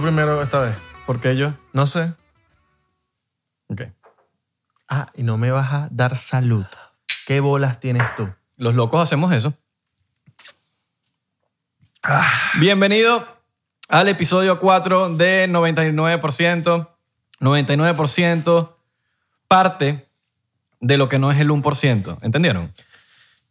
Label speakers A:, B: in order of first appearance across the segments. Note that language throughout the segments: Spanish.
A: primero esta vez. Porque yo, no sé. Ok. Ah, y no me vas a dar salud. ¿Qué bolas tienes tú?
B: Los locos hacemos eso. Bienvenido al episodio 4 de 99%. 99% parte de lo que no es el 1%. ¿Entendieron?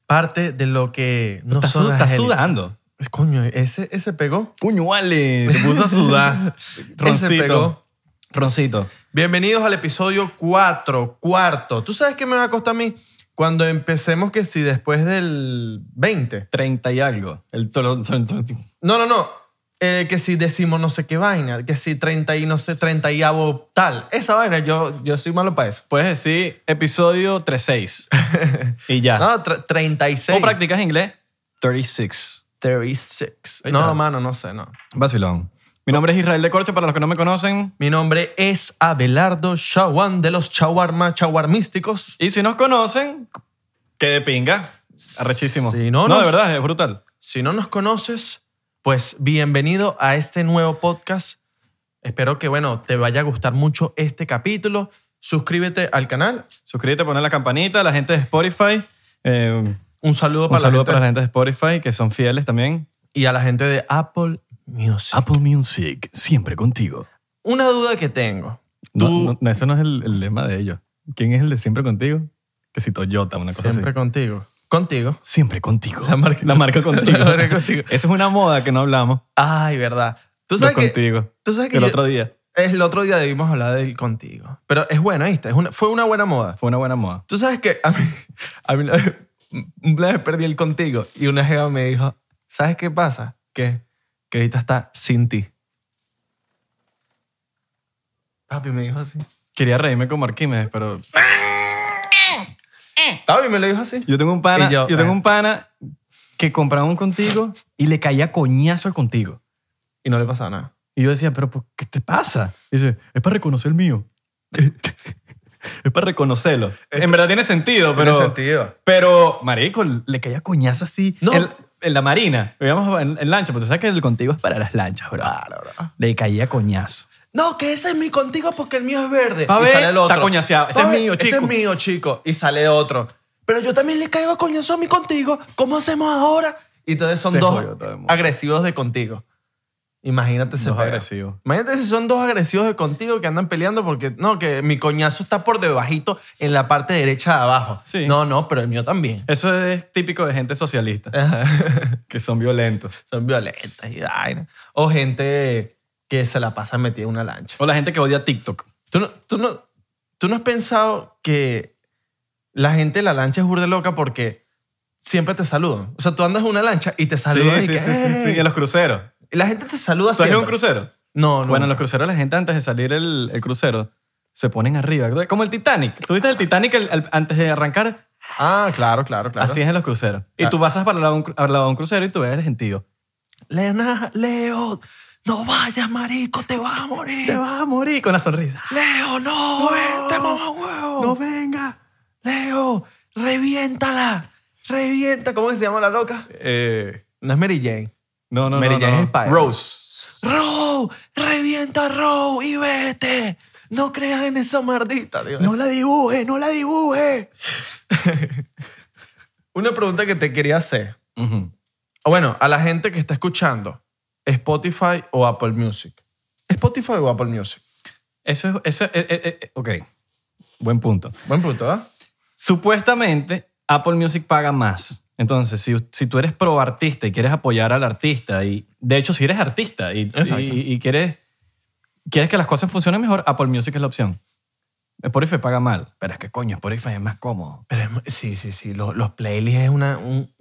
A: Parte de lo que no
B: Estás
A: son
B: sud-
A: las
B: estás
A: élites.
B: sudando.
A: Coño, ese, ese pegó.
B: Coño, vale. Te puso a sudar.
A: Ese pegó.
B: Roncito. Roncito.
A: Bienvenidos al episodio 4, cuarto. ¿Tú sabes qué me va a costar a mí? Cuando empecemos que si después del 20.
B: 30 y algo. El tolo-
A: No, no, no. Eh, que si decimos no sé qué vaina, que si 30 y no sé, 30 y avo tal. Esa vaina, yo, yo soy malo para eso.
B: Puedes decir episodio 36. y ya.
A: No, tre- 36.
B: ¿O practicas inglés? 36.
A: 36.
B: Ahí
A: No,
B: está.
A: mano, no sé, no.
B: Vacilón. Mi nombre es Israel de Corcho, para los que no me conocen.
A: Mi nombre es Abelardo Chaguán de los Chaguarma Chaguarmísticos.
B: Y si nos conocen, que de pinga. Arrechísimo.
A: Sí, no, no.
B: no, de verdad, es brutal.
A: Si no nos conoces, pues bienvenido a este nuevo podcast. Espero que, bueno, te vaya a gustar mucho este capítulo. Suscríbete al canal.
B: Suscríbete, poner la campanita, la gente de Spotify. eh,
A: Un saludo,
B: un
A: para, la
B: saludo
A: gente,
B: para la gente de Spotify, que son fieles también.
A: y a la gente de Apple Music.
B: Apple Music, siempre contigo.
A: Una duda que tengo.
B: No,
A: Tú-
B: no, no, ese no es el, el lema de ellos. ¿Quién es el de siempre contigo? Que si Toyota, una cosa
A: Siempre
B: así.
A: contigo. Contigo.
B: Siempre contigo.
A: La marca-
B: contigo.
A: La marca contigo.
B: Esa es una moda que no hablamos.
A: Ay, verdad. Tú sabes
B: Los
A: que,
B: contigo.
A: tú sabes que
B: El
A: yo-
B: otro día.
A: el otro día debimos hablar del contigo. Pero es buena, ¿viste? Es una- fue una buena moda.
B: Fue una buena moda.
A: Tú sabes que a mí, a mí una, vez, una vez perdí el contigo y una jeva me dijo, ¿sabes qué pasa? Que, que ahorita está sin ti. Papi me dijo así.
B: Quería reírme con Arquímedes, pero
A: Papi me lo dijo así.
B: yo tengo un pana,
A: Y yo,
B: yo, tengo
A: ah.
B: un pana que compraba un contigo y le caía coñazo al contigo.
A: Y no le pasaba nada.
B: Y yo decía, pero ¿por ¿qué te pasa? Y dice, es para reconocer el mío. es para reconocerlo.
A: Esto-
B: en verdad tiene sentido, pero
A: Tiene sentido.
B: pero marico, le caía coñazo así
A: No.
B: en, en la marina. Íbamos en, en lancha, pero tú sabes que el contigo es para las lanchas, bro. Le caía coñazo.
A: No, que ese es mi contigo porque el mío es verde.
B: Pa'
A: y
B: ver,
A: sale el otro.
B: está coñaseado. Ese
A: Pa'
B: es
A: ver,
B: mío,
A: Ese
B: chico.
A: es mío, chico. Y sale otro. Pero yo también le caigo a coñazo a mi contigo. ¿Cómo hacemos ahora? Y entonces son
B: Se
A: dos
B: jodió todo el mundo.
A: agresivos de contigo. Imagínate ese
B: Dos
A: peo.
B: agresivos.
A: Imagínate si son dos agresivos de contigo que andan peleando porque, no, que mi coñazo está por debajito en la parte derecha de abajo.
B: Sí.
A: No, no, pero el mío también.
B: Eso es típico de gente socialista, que son violentos.
A: son violentas y vaina. O gente que se la pasa metida en una lancha.
B: O la gente que odia TikTok.
A: ¿Tú no, tú, no, ¿Tú no has pensado que la gente de la lancha es burde loca porque siempre te saludan? O sea, tú andas en una lancha y te saludan y,
B: sí,
A: que,
B: sí, sí, sí,
A: "Hey".
B: sí, En los cruceros.
A: Y la gente te saluda
B: ¿Tú has
A: siempre.
B: ido a un crucero?
A: No, no.
B: Bueno, en los cruceros la gente antes de salir el, el crucero se ponen arriba. Como el Titanic. ¿Tú viste el Titanic el- el- antes de arrancar?
A: Ah, claro, claro, claro.
B: Así es en los cruceros. Y
A: Claro.
B: tú pasas para al lado de un cru- al lado de un crucero y tú ves el gentío.
A: Lena, Leo, no vayas, marico, te vas a morir.
B: vas a morir con la sonrisa.
A: Leo, no, vente, mamá
B: No venga.
A: Leo, reviéntala. Revienta. ¿Cómo que se llama la loca?
B: Eh,
A: No es Mary Jane.
B: no, no,
A: Mary
B: no,
A: Jane
B: no.
A: es Spider-Man.
B: Rose.
A: Row, revienta a Row y vete. No creas en esa mardita. Dios.
B: la dibuje, no la dibuje.
A: Una pregunta que te quería hacer. O Bueno, a la gente que está escuchando, Spotify o Apple Music. Spotify o Apple Music.
B: Eso es... Eso, es- eh, eh, eh, ok. Buen punto.
A: Buen punto, ¿ah? ¿verdad?
B: Supuestamente, Apple Music paga más. Entonces, si, si tú eres pro artista y quieres apoyar al artista, y de hecho, si eres artista y,
A: Exacto.
B: y- y quieres, quieres que las cosas funcionen mejor, Apple Music es la opción. Spotify paga mal. Pero es que, coño, Spotify es más cómodo.
A: Pero es mu- sí, sí, sí. Los, los playlists es una. un-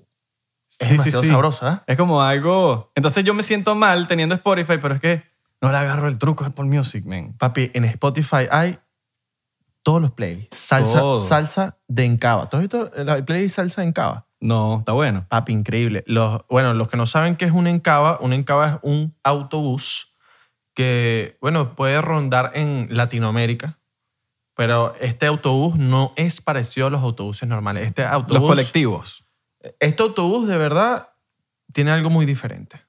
A: es
B: Sí, sí,
A: demasiado
B: sí.
A: sabroso, ¿eh?
B: Es como algo... Entonces, yo me siento mal teniendo Spotify, pero es que no le agarro el truco a Apple Music, man.
A: Papi, en Spotify hay todos los playlists. Salsa,
B: Todo.
A: salsa de encaba. ¿Tú has visto el playlist salsa de encaba?
B: No, está bueno.
A: Papi, increíble. Los, bueno, los que no saben qué es un encaba, un encaba es un autobús que, bueno, puede rondar en Latinoamérica, pero este autobús no es parecido a los autobuses normales. Este autobús,
B: Los colectivos.
A: este autobús de verdad tiene algo muy diferente.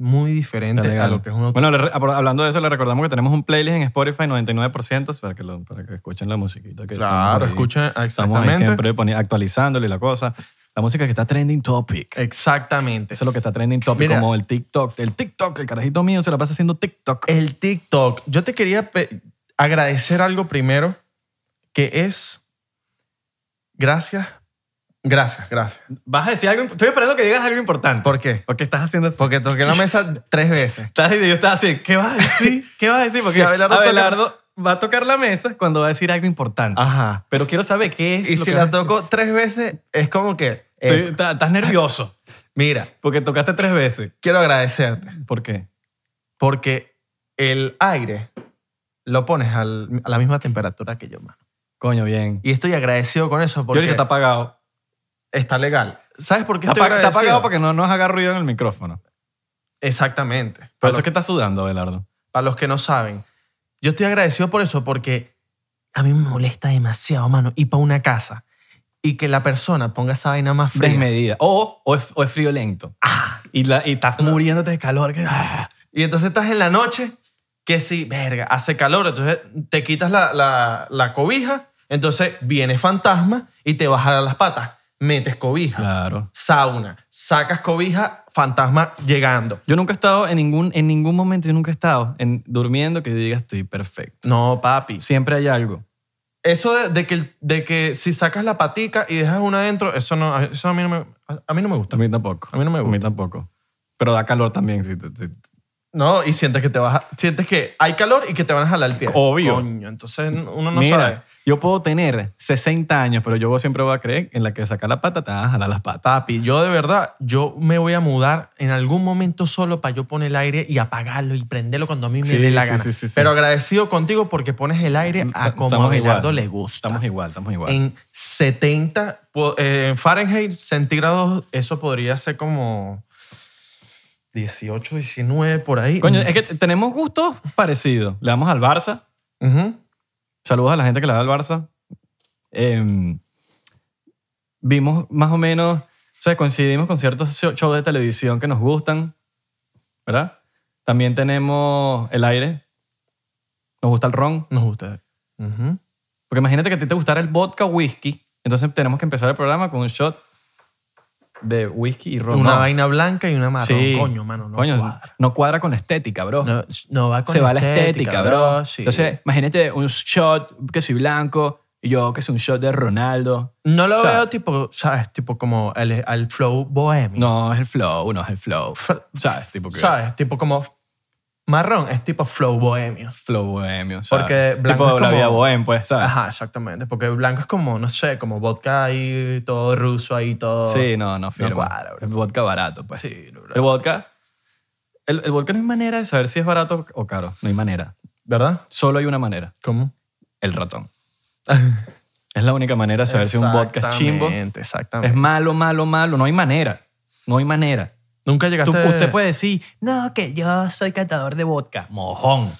A: muy diferente
B: Está
A: a
B: legal.
A: lo que es un auto.
B: Bueno, le re- hablando de eso, le recordamos que tenemos un playlist en Spotify 99% para que, lo- para que escuchen la musiquita. Que
A: claro,
B: estamos ahí.
A: escuchen
B: Estamos ahí
A: exactamente.
B: siempre poni- actualizándole la cosa. La música que está trending topic.
A: Exactamente.
B: Eso es lo que está trending topic,
A: Mira.
B: como el TikTok. El TikTok, el carajito mío se la pasa haciendo TikTok.
A: El TikTok. Yo te quería pe- agradecer algo primero, que es. Gracias. Gracias, gracias.
B: Vas a decir algo. imp- Estoy esperando que digas algo importante.
A: ¿Por qué?
B: Porque estás haciendo.
A: Porque toqué la mesa tres veces.
B: Estás, y yo estaba así. ¿Qué vas a decir? ¿Qué vas a decir? Porque
A: Si Abelardo
B: Abelardo,
A: toca-
B: va a tocar la mesa cuando va a decir algo importante.
A: Ajá.
B: Pero quiero saber qué es.
A: Y
B: lo
A: si
B: que
A: la
B: vas a decir.
A: toco tres veces, es como que. eh,
B: Estoy- ta- Estás nervioso.
A: Mira,
B: Porque tocaste tres veces.
A: quiero agradecerte
B: ¿Por qué?
A: porque el aire lo pones al- a la misma temperatura que yo, mano.
B: Coño, bien.
A: Y estoy agradecido con eso
B: Yo
A: porque
B: ahorita está apagado.
A: está legal. ¿Sabes por qué
B: Está,
A: estoy
B: apa- está
A: agradecido?
B: apagado porque no nos haga ruido en el micrófono.
A: Exactamente.
B: Por
A: Para
B: eso
A: los,
B: es que está sudando, Abelardo.
A: para los que no saben, yo estoy agradecido por eso porque a mí me molesta demasiado, mano, ir para una casa y que la persona ponga esa vaina más fría.
B: Desmedida. O, o, es, o es friolento.
A: Ah,
B: Y, la, y estás muriéndote de calor. que- ah.
A: Y entonces estás en la noche, que sí, verga, hace calor, entonces te quitas la, la- la cobija, entonces viene fantasma y te vas a las patas, metes cobija,
B: Claro.
A: sauna, sacas cobija, fantasma llegando.
B: Yo nunca he estado en ningún, en ningún momento, yo nunca he estado en, durmiendo que yo diga estoy perfecto.
A: No, papi.
B: Siempre hay algo.
A: Eso de, de que, el- de que si sacas la patica y dejas una adentro, eso, no, eso a, mí no me, a- a mí no me gusta.
B: A mí tampoco.
A: A mí no me
B: A mí tampoco. Pero da calor también. si te- te-
A: No, y sientes que te vas a- sientes que hay calor y que te van a jalar el pie.
B: Obvio.
A: Coño, entonces uno no
B: Mira,
A: sabe.
B: yo puedo tener 60 años, pero yo siempre voy a creer en la que sacar la pata te vas a jalar las patas.
A: Papi, yo de verdad, yo me voy a mudar en algún momento solo para yo poner el aire y apagarlo y prenderlo cuando a mí me
B: Sí,
A: dé la
B: sí,
A: gana.
B: sí, sí, sí.
A: Pero agradecido contigo porque pones el aire a
B: Estamos
A: como a Abelardo
B: igual.
A: le gusta.
B: Estamos igual, estamos igual.
A: En 70 po- eh, Fahrenheit, centígrados, eso podría ser como 18, 19 por ahí. Mm.
B: Coño, es que t- tenemos gustos parecidos. Le damos al Barça.
A: Ujú.
B: Saludos a la gente que le da al Barça. Em, vimos más o menos, o sea, coincidimos con ciertos sho- shows de televisión que nos gustan, ¿verdad? También tenemos el aire. Nos gusta el ron.
A: Nos gusta. Ujú.
B: Porque imagínate que a ti te gustara el vodka whisky. Entonces tenemos que empezar el programa con un shot de whisky y ron.
A: Una
B: No.
A: vaina blanca y una marrón.
B: Sí.
A: Coño, mano, no
B: Coño,
A: cuadra.
B: no cuadra con la estética, bro.
A: No, no va con
B: se va la estética, bro.
A: sí.
B: Entonces, imagínate un shot que soy blanco y yo que soy un shot de Ronaldo.
A: No lo
B: O sea,
A: veo tipo, ¿sabes? Tipo como el, al flow bohemio.
B: No es el flow, no es el flow. ¿Sabes? Tipo que
A: ¿Sabes? Tipo como marrón, es tipo flow bohemio.
B: flow bohemio. ¿sabes?
A: Porque blanco
B: tipo
A: es
B: la
A: como-
B: vida bohem, pues, ¿sabes?
A: Ajá, exactamente. Porque blanco es como, no sé, como vodka ahí, todo ruso ahí, todo.
B: Sí, no, no firma.
A: cuadra, bro.
B: El vodka barato, pues.
A: Sí, bro.
B: El vodka... El, el vodka no hay manera de saber si es barato o caro. No hay manera.
A: ¿Verdad?
B: Solo hay una manera.
A: ¿Cómo?
B: El ratón. es la única manera de saber si un vodka es chimbo.
A: Exactamente, exactamente.
B: Es malo, malo, malo. No hay manera. No hay manera.
A: Nunca llegaste
B: Tú- usted puede decir, no, que yo soy catador de vodka. Mojón.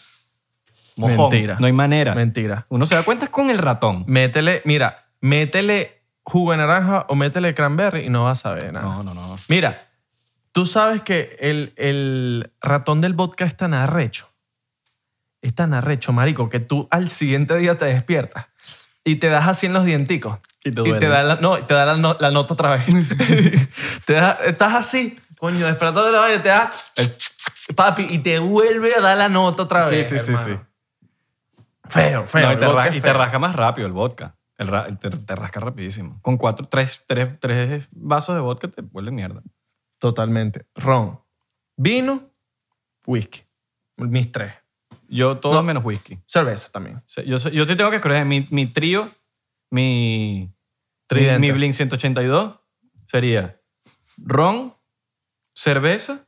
B: Mojón.
A: Mentira.
B: No hay manera.
A: Mentira.
B: Uno se da cuenta es con el ratón.
A: Métele, mira, métele jugo de naranja o métele cranberry y no vas a ver nada.
B: No, no, no.
A: Mira, tú sabes que el, el ratón del vodka es tan arrecho. Es tan arrecho, marico, que tú al siguiente día te despiertas y te das así en los dienticos.
B: Y te duele.
A: da la, no, y te da la, no- la nota otra vez. te da- estás así, coño, despertando de la vaina, te da... Papi, y te vuelve a dar la nota otra
B: Sí,
A: vez.
B: sí, sí,
A: hermano.
B: sí.
A: Feo, feo.
B: No, y,
A: el
B: te
A: vodka
B: ra-
A: es
B: y te
A: feo.
B: rasca más rápido el vodka. El ra- el te, te rasca rapidísimo. Con cuatro, tres, tres, tres vasos de vodka te vuelve mierda.
A: Totalmente. Ron, vino, whisky. Mis tres.
B: Yo todo
A: No.
B: menos whisky.
A: Cerveza también.
B: O sea, yo, soy- yo sí tengo que escoger mi, mi trío, mi,
A: Tridente.
B: mi, mi Blink 182 sería ron, cerveza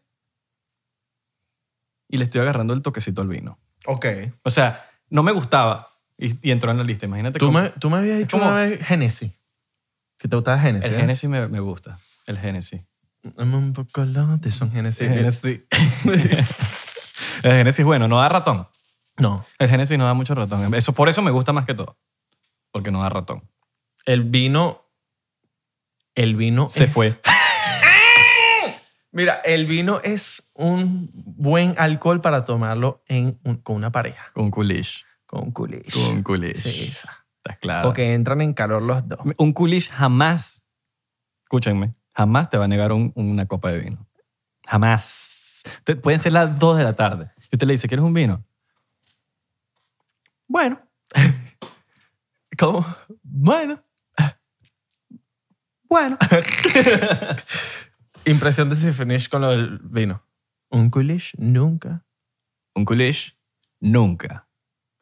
B: y le estoy agarrando el toquecito al vino.
A: Ok.
B: O sea, no me gustaba y, y entró en la lista. Imagínate
A: Tú
B: cómo-
A: me, tú me habías dicho
B: como-
A: una vez Genesis. Que te gustaba Genesis.
B: el
A: ¿eh?
B: Genesis me, me gusta. El Genesis.
A: Dame un poco lo de son Genesis.
B: el Genesis. el Genesis, bueno, no da ratón.
A: No.
B: El Genesis no da mucho ratón. Eso, por eso me gusta más que todo. Porque no da ratón.
A: El vino. El vino.
B: Se
A: es-
B: fue.
A: Mira, el vino es un buen alcohol para tomarlo en un- con una pareja,
B: Con culish.
A: con un culish.
B: Con culish. Ah.
A: Sí, esa.
B: Estás claro.
A: Porque entran en calor los dos.
B: Un culish jamás, escúchenme, jamás te va a negar un- una copa de vino. Jamás. Te- pueden ser las 2 de la tarde. Y usted le dice, ¿quieres un vino? Bueno.
A: ¿Cómo? Bueno.
B: Bueno.
A: Impresión de si finish con lo del vino. Un culish nunca.
B: Un culish nunca,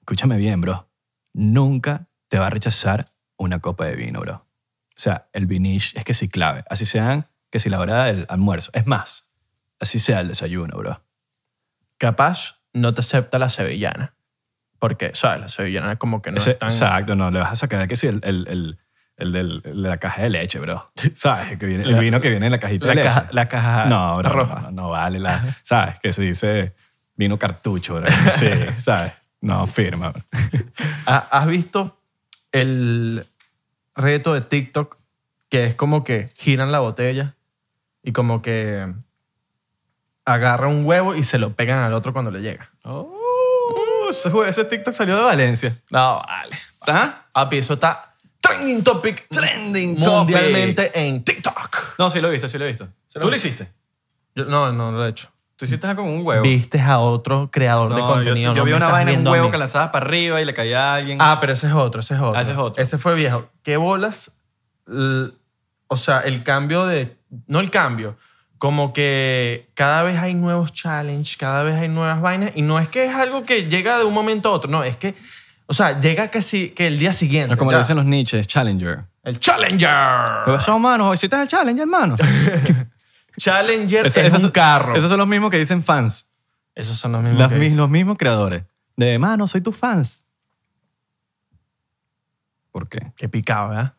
B: escúchame bien, bro, nunca te va a rechazar una copa de vino, bro. O sea, el vinish es que sí clave. Así sean que si la hora del almuerzo. Es más, así sea el desayuno, bro.
A: Capaz no te acepta la sevillana. Porque, ¿sabes? La sevillana como que no
B: Ese-
A: es tan...
B: Exacto, no, le vas a sacar que sí el, el, el, el del- el de la caja de leche, bro. ¿Sabes? El, que viene, el vino que viene en la cajita
A: la,
B: de leche.
A: caja, la caja
B: no, bro,
A: roja.
B: No, no vale la... ¿Sabes? Que se dice vino cartucho, bro. Sí, ¿sabes? No, firma, bro.
A: Ha- Ah, ¿Has visto el reto de TikTok que es como que giran la botella y como que agarra un huevo y se lo pegan al otro cuando le llega?
B: Oh, ese, jue- ese TikTok salió de Valencia.
A: No, vale.
B: ¿Ah?
A: Papi, eso está trending topic
B: Trending
A: mundialmente en TikTok.
B: No, sí lo he visto, sí lo he visto.
A: lo
B: ¿Tú lo
A: vi.
B: hiciste?
A: Yo- no, no lo he hecho.
B: Tú hiciste algo con un huevo.
A: Viste a otro creador
B: No,
A: de
B: yo-
A: contenido.
B: Yo,
A: no
B: vi
A: me
B: una
A: estás
B: vaina, un
A: viendo a
B: huevo
A: mí.
B: que lanzabas para arriba y le caía a alguien.
A: Ah, pero ese es otro, ese es otro.
B: Ah, ese es otro.
A: Ese fue viejo. ¿Qué bolas? L- O sea, el cambio de... No el cambio. Como que cada vez hay nuevos challenges, cada vez hay nuevas vainas. Y no es que es algo que llega de un momento a otro. No, es que... O sea, llega casi que el día siguiente.
B: Ah, como
A: ya.
B: le dicen los niches, Challenger.
A: El Challenger.
B: ¿Qué pasó, hermano? Hoy sí estás el Challenger, hermano.
A: Challenger
B: Ese-
A: es
B: esos-
A: un carro.
B: Esos son los mismos que dicen fans.
A: Esos son los mismos
B: Las
A: que
B: mis-
A: dicen.
B: los mismos creadores. De, hermano, soy tu fans. ¿Por qué?
A: Qué picado, ¿verdad?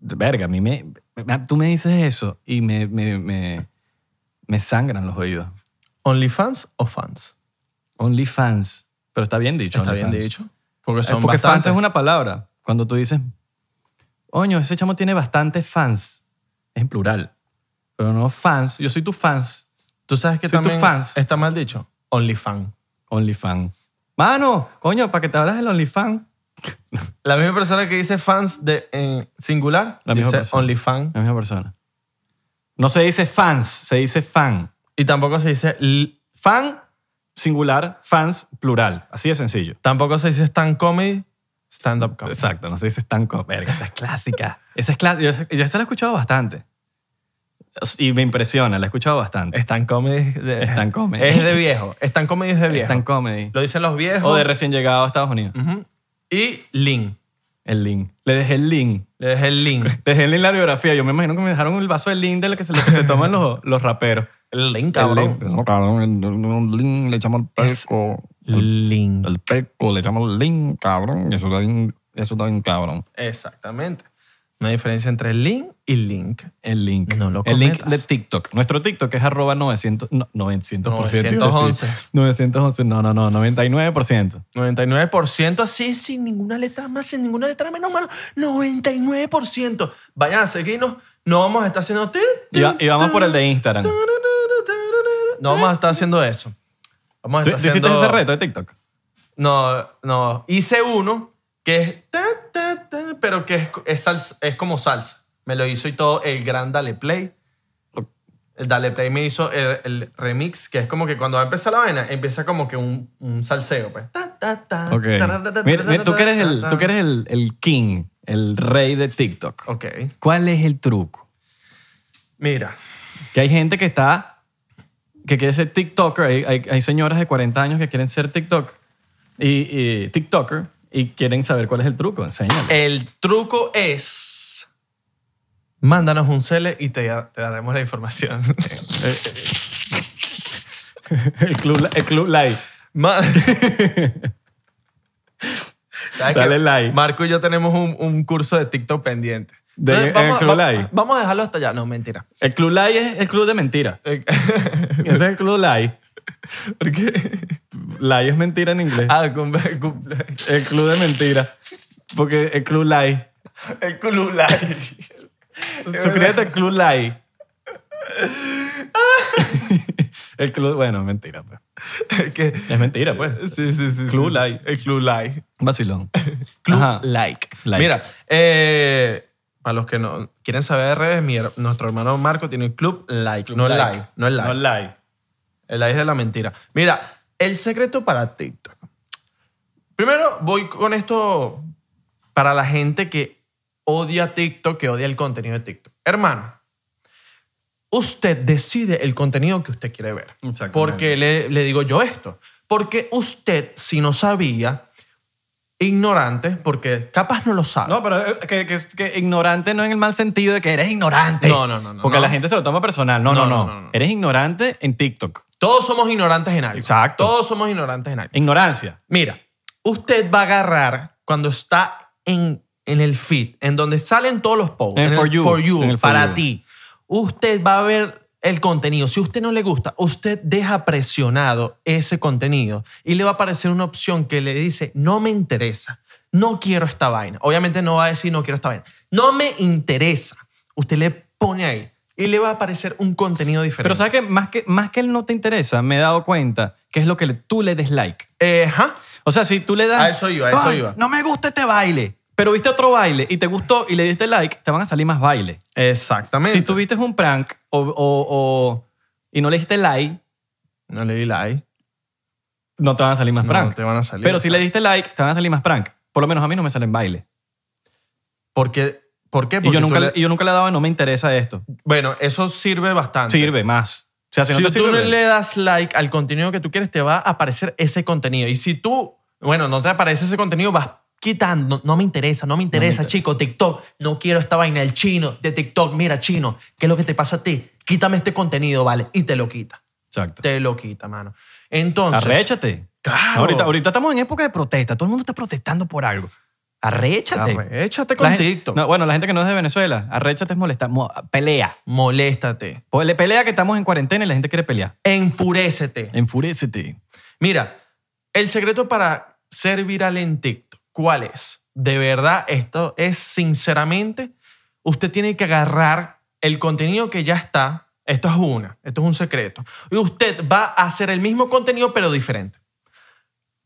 B: Verga, a mí me, me- Tú me dices eso y me, me, me, me sangran los oídos.
A: ¿OnlyFans o fans?
B: OnlyFans. Pero está bien dicho.
A: Está bien
B: OnlyFans.
A: dicho. Porque
B: Eh,
A: son
B: Porque fans
A: bastantes.
B: es una palabra. Cuando tú dices, oño, ese chamo tiene bastantes fans. Es en plural. Pero no fans. Yo soy tu fans.
A: Tú sabes que
B: Soy tu
A: también
B: fans.
A: está mal dicho. OnlyFans.
B: OnlyFans. Mano, coño, para que te hablas del OnlyFans.
A: La misma persona que dice fans de, en singular
B: La misma
A: dice
B: persona.
A: OnlyFans.
B: La misma persona. No se dice fans, se dice fan.
A: Y tampoco se dice l-
B: Fan, singular, fans, plural. Así de sencillo.
A: tampoco se dice stand comedy, stand up comedy.
B: Exacto, no se dice estanco. Verga, esa es clásica. esa es clásica. Yo, yo esa la he escuchado bastante. Y me impresiona, la he escuchado bastante.
A: Stand comedy es de,
B: Stand comedy.
A: es de viejo. Stand comedy es de viejo.
B: Stan comedy.
A: Lo dicen los viejos.
B: O de recién llegado a Estados Unidos.
A: Ujú. Y link.
B: El link. Le dejé el link.
A: Le dejé el link.
B: Dejé el link en la biografía. Yo me imagino que me dejaron el vaso de link de lo que se, lo que se toman los, los raperos.
A: El link,
B: El
A: cabrón.
B: link. Eso, cabrón, el- el- el link, le echamos el pesco.
A: Link.
B: El pesco, le echamos el link, cabrón. Eso está bien, eso está bien, cabrón.
A: Exactamente. Una diferencia entre link y link.
B: El link.
A: No lo
B: el link de
A: cometas.
B: TikTok. Nuestro TICTOK es arroba 900, no, 900
A: 911.
B: 911. No, no, no. 99%.
A: 99% así, sin ninguna letra más, sin ninguna letra menos, mano. 99%. Vayan a seguirnos. No vamos a estar haciendo... ti, ti,
B: Y, va- y vamos por el de Instagram. ¿Tú,
A: No vamos a estar haciendo eso. Vamos a
B: tú
A: estar
B: hiciste
A: haciendo...
B: ese reto de TikTok?
A: No, no. Hice uno que es... ta, ta, ta, pero que es, es, salsa- es como salsa. Me lo hizo y todo el gran Dale Play. El Dale Play me hizo el, el remix, que es como que cuando va a empezar la vaina, empieza como que un, un salseo. Pues. Ta, ta, ta,
B: Ok.
A: ta, ta, ta,
B: Mira, mira, tú que eres, el,
A: ta, ta.
B: tú que eres el, el king, el rey de TikTok.
A: Ok.
B: ¿Cuál es el truco?
A: Mira.
B: Que hay gente que está, que quiere ser TikToker. Hay, hay, hay señoras de 40 años que quieren ser TikTok y, y TikToker y quieren saber cuál es el truco. Enséñale.
A: El truco es. Mándanos un cele y te, te daremos la información.
B: Eh, El club, el club live.
A: Ma- ¿Sabes qué?
B: Dale like.
A: Marco y yo tenemos un, un curso de TikTok pendiente.
B: De-
A: Entonces,
B: en el club
A: va-
B: like.
A: vamos a dejarlo hasta allá. No, mentira.
B: El club live es el club de mentira.
A: Eh,
B: Ese es el club live.
A: ¿Por qué?
B: Live es mentira en inglés.
A: Ah, cumple- cumple.
B: El club de mentira. Porque el club live.
A: El club like.
B: Suscríbete al club live. El club, bueno, es mentira, pues.
A: que,
B: Es mentira, pues.
A: sí, sí, sí.
B: Clue
A: sí.
B: like.
A: El Clue Like.
B: Vacilón.
A: Club
B: Ajá.
A: like.
B: Like.
A: Mira, eh, para los que no quieren saber de redes, mi her- nuestro hermano Marco tiene un club like, no el like, no el like.
B: No like.
A: El like es de la mentira. Mira, el secreto para TikTok. Primero voy con esto para la gente que odia TikTok, que odia el contenido de TikTok. Hermano, usted decide el contenido que usted quiere ver.
B: Exactamente.
A: Porque le, le digo yo esto. Porque usted, si no sabía, ignorante, porque capaz no lo sabe.
B: No, pero eh, que, que- que ignorante no en el mal sentido de que eres ignorante.
A: No, no, no, no,
B: Porque
A: no.
B: la gente se lo toma personal. No, no, no.
A: No, no, no, no.
B: Eres ignorante en TikTok.
A: Todos somos ignorantes en algo.
B: Exacto.
A: Todos somos ignorantes en algo.
B: Ignorancia.
A: Mira, usted va a agarrar cuando está en, en el feed, en donde salen todos los posts,
B: En
A: el
B: For You, en el For
A: para
B: You.
A: ti. Usted va a ver el contenido. Si a usted no le gusta, usted deja presionado ese contenido y le va a aparecer una opción que le dice, no me interesa, no quiero esta vaina. Obviamente no va a decir, no quiero esta vaina. No me interesa. Usted le pone ahí y le va a aparecer un contenido diferente.
B: Pero sabes que más que más que él no te interesa, me he dado cuenta que es lo que le- tú le des like.
A: Eh, ajá.
B: O sea, si tú le das
A: A eso iba, a eso
B: "Ay,
A: iba".
B: No me gusta este baile, pero viste otro baile y te gustó y le diste like, te van a salir más bailes.
A: Exactamente.
B: Si tuviste un prank o, o- o- y no le diste like,
A: no le di like.
B: no te van a salir más
A: No,
B: prank.
A: no te van a salir.
B: Pero si le diste like, te van a salir más prank. Por lo menos a mí no me salen baile.
A: Porque, ¿Por qué? Porque
B: Y yo,
A: tú
B: nunca,
A: le-
B: le- y yo nunca le he dado, no me interesa esto.
A: Bueno, eso sirve bastante.
B: Sirve más. O sea, si,
A: si
B: no te
A: tú
B: sirve,
A: no le das like al contenido que tú quieres, te va a aparecer ese contenido. Y si tú, bueno, no te aparece ese contenido, vas quitando. No me interesa, no me interesa,
B: interesa.
A: chico, TikTok. No quiero esta vaina, el chino de TikTok. Mira, chino, ¿qué es lo que te pasa a ti? Quítame este contenido, ¿vale? Y te lo quita.
B: Exacto.
A: Te lo quita, mano. Entonces.
B: Arréchate.
A: Claro.
B: Ahorita, ahorita estamos en época de protesta. Todo el mundo está protestando por algo. Arréchate.
A: Arréchate
B: La
A: con
B: gente-
A: TikTok.
B: no, bueno, la gente que no es de Venezuela, arréchate es molestar. Mo- pelea.
A: Moléstate.
B: Ponle pelea que estamos en cuarentena y la gente quiere pelear.
A: Enfurécete.
B: Enfurécete.
A: Mira, el secreto para ser viral en TikTok, ¿cuál es? De verdad, esto es sinceramente, usted tiene que agarrar el contenido que ya está. Esto es una, esto es un secreto. Y usted va a hacer el mismo contenido, pero diferente.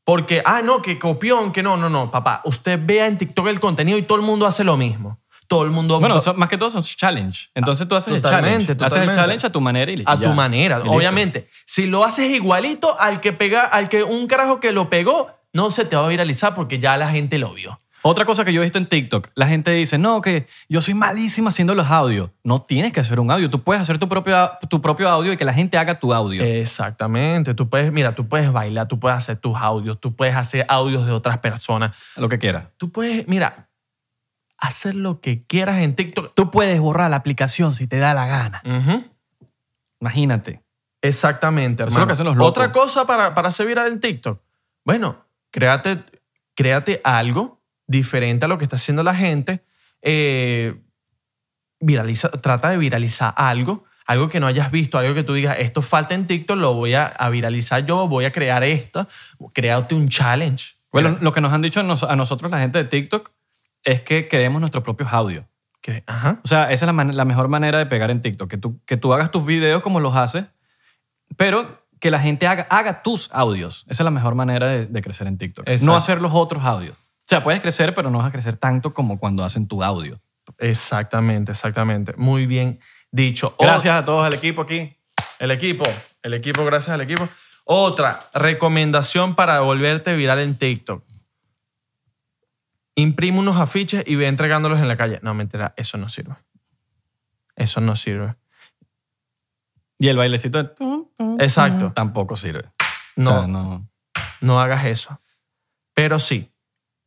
A: Porque, ah, no, que copión, que no, no, no, papá. Usted vea en TikTok el contenido y todo el mundo hace lo mismo. Todo el mundo
B: Bueno,
A: va-
B: son- más que todo son challenge. Entonces tú haces
A: Totalmente,
B: el challenge. Haces el
A: totalmente.
B: challenge a tu manera y li-
A: a
B: ya.
A: tu manera,
B: Y listo.
A: obviamente. Si lo haces igualito al que pega, al que un carajo que lo pegó, no se te va a viralizar porque ya la gente lo vio.
B: Otra cosa que yo he visto en TikTok, la gente dice, no, que yo soy malísima haciendo los audios. No tienes que hacer un audio, tú puedes hacer tu propio, au- tu propio audio y que la gente haga tu audio.
A: Exactamente. Tú puedes, mira, tú puedes bailar, tú puedes hacer tus audios, tú puedes hacer audios de otras personas.
B: lo que quieras.
A: Tú puedes, mira, hacer lo que quieras en TikTok.
B: Tú puedes borrar la aplicación si te da la gana.
A: Ujú.
B: Imagínate.
A: Exactamente,
B: Eso es
A: hermano.
B: lo que hacen los locos.
A: Otra cosa para, para hacer viral en TikTok. Bueno, créate, créate algo diferente a lo que está haciendo la gente. Eh, viraliza, trata de viralizar algo, algo que no hayas visto, algo que tú digas, esto falta en TikTok, lo voy a, a viralizar yo, voy a crear esto. Créate un challenge.
B: Bueno, lo que nos han dicho a nos- a nosotros la gente de TikTok es que creemos nuestros propios audios.
A: Cre- ajá.
B: O sea, esa es la, man- la mejor manera de pegar en TikTok, que tú, que tú hagas tus videos como los haces, pero que la gente haga, haga tus audios. Esa es la mejor manera de, de crecer en TikTok.
A: Exacto.
B: No hacer los otros audios. O sea, puedes crecer, pero no vas a crecer tanto como cuando hacen tu audio.
A: Exactamente, exactamente. Muy bien dicho.
B: Gracias a todos al equipo aquí.
A: El equipo, el equipo, gracias al equipo. Otra recomendación para volverte viral en TikTok. Imprime unos afiches y ve entregándolos en la calle. No, mentira, eso no sirve. Eso no sirve.
B: Y el bailecito. de tu, tu, tu,
A: Exacto.
B: Tampoco sirve. O
A: No,
B: sea, no.
A: no hagas eso. Pero sí,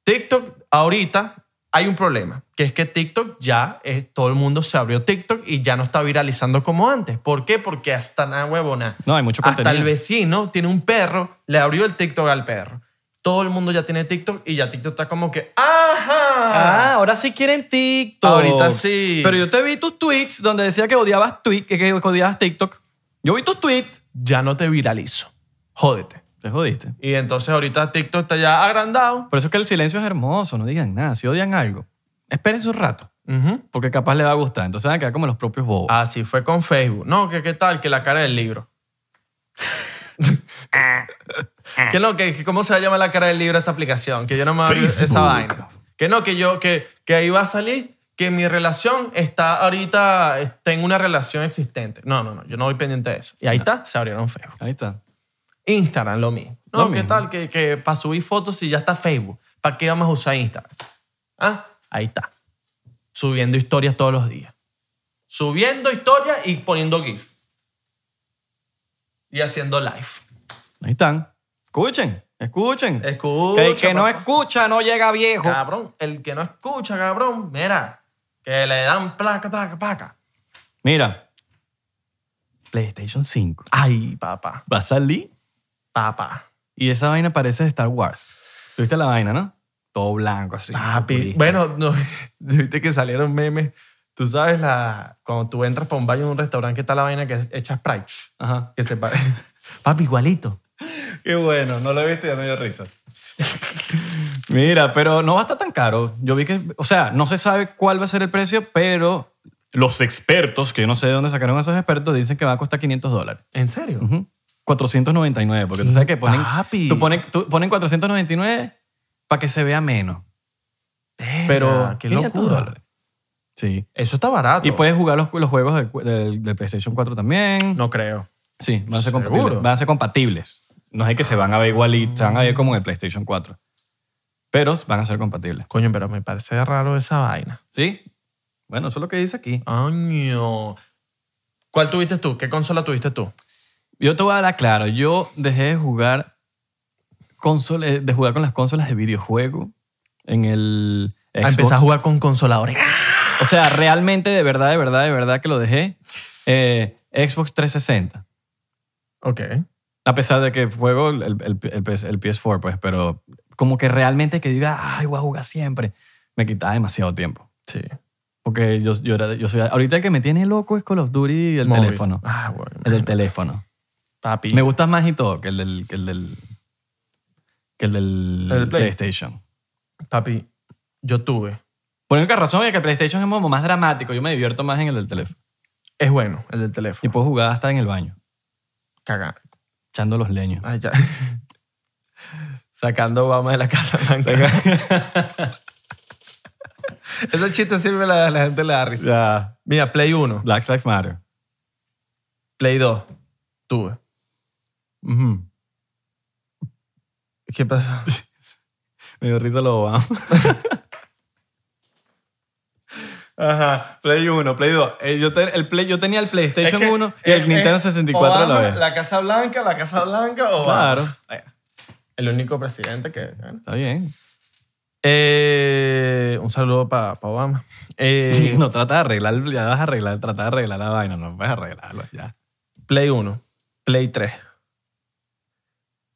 A: TikTok ahorita hay un problema, que es que TikTok ya eh, todo el mundo se abrió TikTok y ya no está viralizando como antes. ¿Por qué? Porque hasta nada huevona.
B: No, hay mucho
A: Hasta el
B: contenido.
A: vecino tiene un perro, le abrió el TikTok al perro. Todo el mundo ya tiene TikTok y ya TikTok está como que
B: Ah,
A: ¡Ajá!
B: ahora sí quieren TikTok.
A: Ahorita sí.
B: Pero yo te vi tus tweets donde decía que odiabas tweet, que, que odiabas TikTok. Yo vi tus tweets.
A: Ya no te viralizo. Jódete.
B: Te jodiste.
A: Y entonces ahorita TikTok está ya agrandado.
B: Por eso es que el silencio es hermoso, no digan nada. Si odian algo, espérense un rato,
A: Ujú.
B: porque capaz les va a Oh.
A: Ah.
B: gustar. Entonces van a quedar como los propios bobos.
A: Así fue con Facebook. No, que qué tal, que la cara del libro. que no, que, que cómo se va a llamar la cara del libro esta aplicación, que yo no me abro esa
B: Facebook.
A: vaina. Que no, que yo, que, que ahí va a salir que mi relación está ahorita, eh, tengo una relación existente. No, no, no, yo no voy pendiente de eso. Y ahí está, se abrieron Facebook.
B: Ahí está.
A: Instagram, lo mismo. No,
B: Lo
A: ¿qué
B: mismo.
A: tal? Que, que para subir fotos si ya está Facebook. ¿Para qué vamos a usar Instagram? Ah, ahí está. Subiendo historias todos los días. Subiendo historias y poniendo GIF. Y haciendo live.
B: Ahí están. Escuchen, escuchen.
A: Escucha.
B: que el que no
A: papá. Ah.
B: escucha no llega viejo.
A: Cabrón, el que no escucha, cabrón, mira, que le dan placa, placa, placa.
B: Mira. PlayStation 5.
A: Ay, papá,
B: Va a salir
A: papá,
B: y esa vaina parece de Star Wars. ¿Tuviste la vaina, no? Todo blanco, así.
A: papi.
B: futurista.
A: Bueno, no, viste que salieron memes. Tú sabes, la, cuando tú entras para un baño en un restaurante, que está la vaina que echa Sprite?
B: Ajá.
A: Que se pare- Papi, igualito.
B: Qué bueno, no lo viste y ya me dio risa. Mira, pero no va a estar tan caro. Yo vi que, o sea, no se sabe cuál va a ser el precio, pero los expertos, que yo no sé de dónde sacaron esos expertos, dicen que va a costar 500 dólares.
A: ¿En serio?
B: Ujú. 499, porque tú sabes que ponen,
A: Papi.
B: tú ponen, tú ponen 499 para que se vea menos.
A: Verga,
B: Pero
A: qué
B: 500
A: locura.
B: dólares. Sí.
A: Eso está barato.
B: Y puedes jugar los, los juegos del, del- del PlayStation 4 también.
A: No creo.
B: Sí, van a ser compatibles.
A: Seguro.
B: Van a ser compatibles. No es que se van a ver igualitos, se van a ver como en el PlayStation 4. Pero van a ser compatibles.
A: Coño, pero me parece raro esa vaina.
B: ¿Sí? Bueno, eso es lo que dice aquí.
A: Año. ¿Cuál tuviste tú? ¿Qué consola tuviste tú?
B: Yo te voy a dar claro, yo dejé de jugar console- eh, de jugar con las consolas de videojuego en el
A: Ah,
B: Xbox.
A: empecé a jugar con consoladores.
B: O sea, realmente, de verdad, de verdad, de verdad que lo dejé. eh, Xbox 360.
A: Ok.
B: A pesar de que juego el, el- el- el PS- el PS4, pues, pero como que realmente que diga, ay, voy a jugar siempre, me quitaba demasiado tiempo.
A: Sí.
B: Porque yo, yo, era- yo soy... Ahorita el que me tiene loco es Call of Duty y el
A: Móvil.
B: teléfono.
A: Ah, bueno.
B: El del teléfono.
A: Papi.
B: Me gusta más y todo que el del... Que el del, que el del
A: ¿El del Play?
B: PlayStation.
A: Papi, yo tuve.
B: Por única razón es que el PlayStation es como más dramático. Yo me divierto más en el del teléfono.
A: Es bueno el del
B: Y
A: teléfono.
B: puedo jugar hasta en el baño,
A: Cagar.
B: echando los leños.
A: Ay, ya. Sacando Obama de la Casa Blanca. Ese chiste sirve la, la gente le da risa.
B: Ya.
A: Mira, Play 1,
B: Black Lives Matter.
A: Play 2, tuve.
B: Ujú.
A: ¿Qué pasa?
B: Me dio risa lo Obama. Ajá, Play 1, Play 2. Eh, yo, te- el Play, yo tenía el PlayStation 1 y el Nintendo 64 a la vez.
A: La Casa Blanca, la Casa Blanca,
B: Claro.
A: El único presidente que... bueno.
B: Está bien.
A: Eh, un saludo para Obama. Eh,
B: No, trata de arreglar, ya vas a arreglar, trata de arreglar la vaina, no puedes arreglarlo ya.
A: Play 1, Play 3.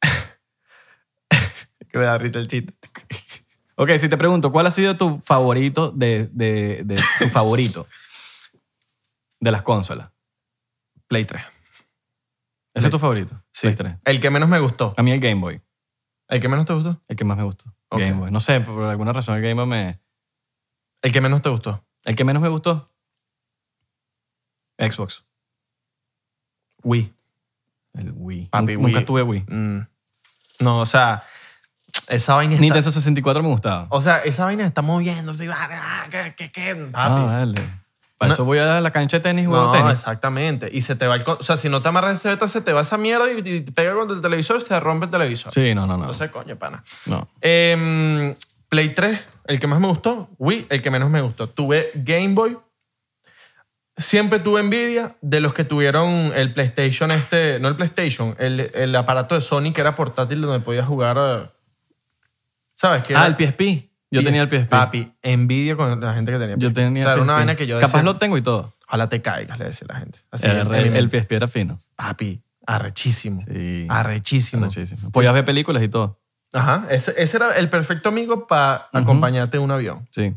A: que me da risa el chiste.
B: Ok, si te pregunto, ¿cuál ha sido tu favorito de, de, de tu favorito de las consolas?
A: Play 3.
B: ¿Ese es tu favorito?
A: Sí.
B: Play 3.
A: El que menos me gustó.
B: A mí el Game Boy,
A: ¿El que menos te gustó?
B: el que más me gustó.
A: Ok.
B: Game Boy. No sé, por alguna razón el Game Boy me...
A: El que menos te gustó.
B: ¿El que menos me gustó? Xbox.
A: Wii.
B: El Wii.
A: Papi,
B: Nun- Nunca
A: Wii.
B: tuve Wii.
A: Mm. No, o sea, esa vaina está...
B: Nintendo 64 me gustaba.
A: O sea, esa vaina está moviéndose. y va, ah, ¿Qué, qué, qué, papi?
B: ah, vale. Para
A: No.
B: eso voy a la cancha de tenis y juego
A: no,
B: tenis.
A: exactamente. Y se te va el... con- O sea, si no te amarras ese beta, se te va esa mierda y, y te pega contra el televisor, se rompe el televisor.
B: Sí, no, no, no.
A: No sé, coño, pana.
B: No.
A: Em, Play 3, el que más me gustó. Wii, el que menos me gustó. Tuve Game Boy. Siempre tuve envidia de los que tuvieron el PlayStation este... No el PlayStation, el, el aparato de Sony que era portátil donde podías jugar... eh, ¿Sabes? Que
B: Ah,
A: era-
B: el PSP. Yo
A: Pi-
B: tenía el PSP.
A: Papi, envidia con la gente que tenía
B: Yo
A: PSP.
B: tenía
A: O sea,
B: el
A: era una
B: PSP.
A: vaina que yo decía,
B: Capaz lo tengo y todo.
A: ojalá te caigas, le decía la gente. Así,
B: Era
A: en
B: re- el,
A: mi mente.
B: PSP era fino.
A: Papi, arrechísimo.
B: Sí.
A: Arrechísimo.
B: Muchísimo. Podías ver películas y todo.
A: Ajá, ese, ese era el perfecto amigo para
B: Ujú.
A: acompañarte en un avión.
B: Sí.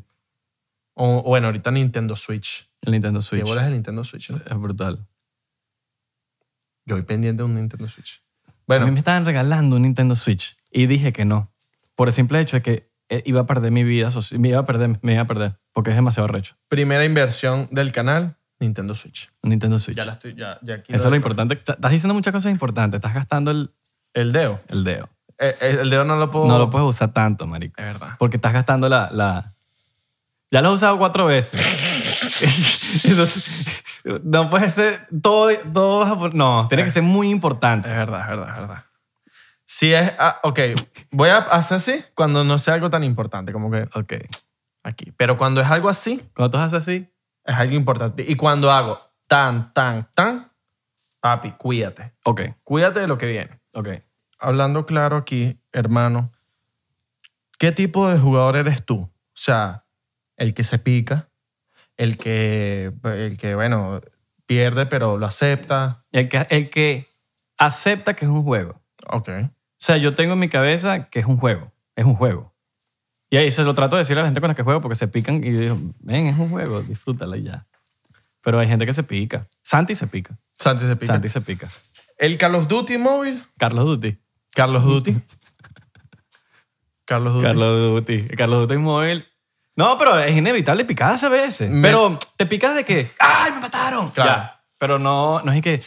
A: O bueno, ahorita Nintendo Switch.
B: El Nintendo
A: ¿Qué
B: Switch.
A: bolas el Nintendo Switch?
B: Es brutal.
A: Yo voy pendiente de un Nintendo Switch.
B: A mí
A: Bueno,
B: me estaban regalando un Nintendo Switch y dije que no. Por el simple hecho de que eh, iba a perder mi vida. soci- Me iba a perder, me iba a perder. Porque es demasiado recho.
A: primera inversión del canal, Nintendo Switch.
B: Nintendo Switch.
A: Ya la estoy, ya, ya quiero-
B: Eso es lo importante. Está- Estás diciendo muchas cosas importantes. Estás gastando el,
A: El dedo.
B: el dedo.
A: Eh, eh, El, dedo no lo puedo...
B: No lo puedes usar tanto, marico.
A: Es verdad.
B: Porque estás gastando la... la- Ya lo has usado cuatro veces. Entonces, no puede ser todo... todo japo- no, tiene que ser muy importante.
A: Es verdad, es verdad, es verdad. Si es... ah, ok, voy a hacer así cuando no sea algo tan importante, como que
B: Ok.
A: aquí. Pero cuando es algo así,
B: Cuando tú haces así,
A: es algo importante. Y cuando hago tan, tan, tan, papi, cuídate.
B: ok,
A: Cuídate de lo que viene.
B: ok.
A: hablando claro aquí, hermano, ¿qué tipo de jugador eres tú? O sea, el que se pica, el que, el que bueno, pierde pero lo acepta.
B: El que, el que acepta que es un juego.
A: Ok.
B: O sea, yo tengo en mi cabeza que es un juego. Es un juego. Y ahí se lo trato de decir a la gente con la que juego porque se pican y digo, ven, es un juego, disfrútala y ya. Pero hay gente que se pica. Santi se pica.
A: Santi se pica.
B: Santi se pica.
A: El Call of Duty móvil.
B: Carlos Duty.
A: Carlos Duty. Carlos Duty.
B: Carlos Duty. Carlos Duty móvil. No, pero es inevitable picarse a veces.
A: Me-
B: Pero te picas de que, ¡ay, me mataron!
A: Claro.
B: Ya. Pero no, no es que...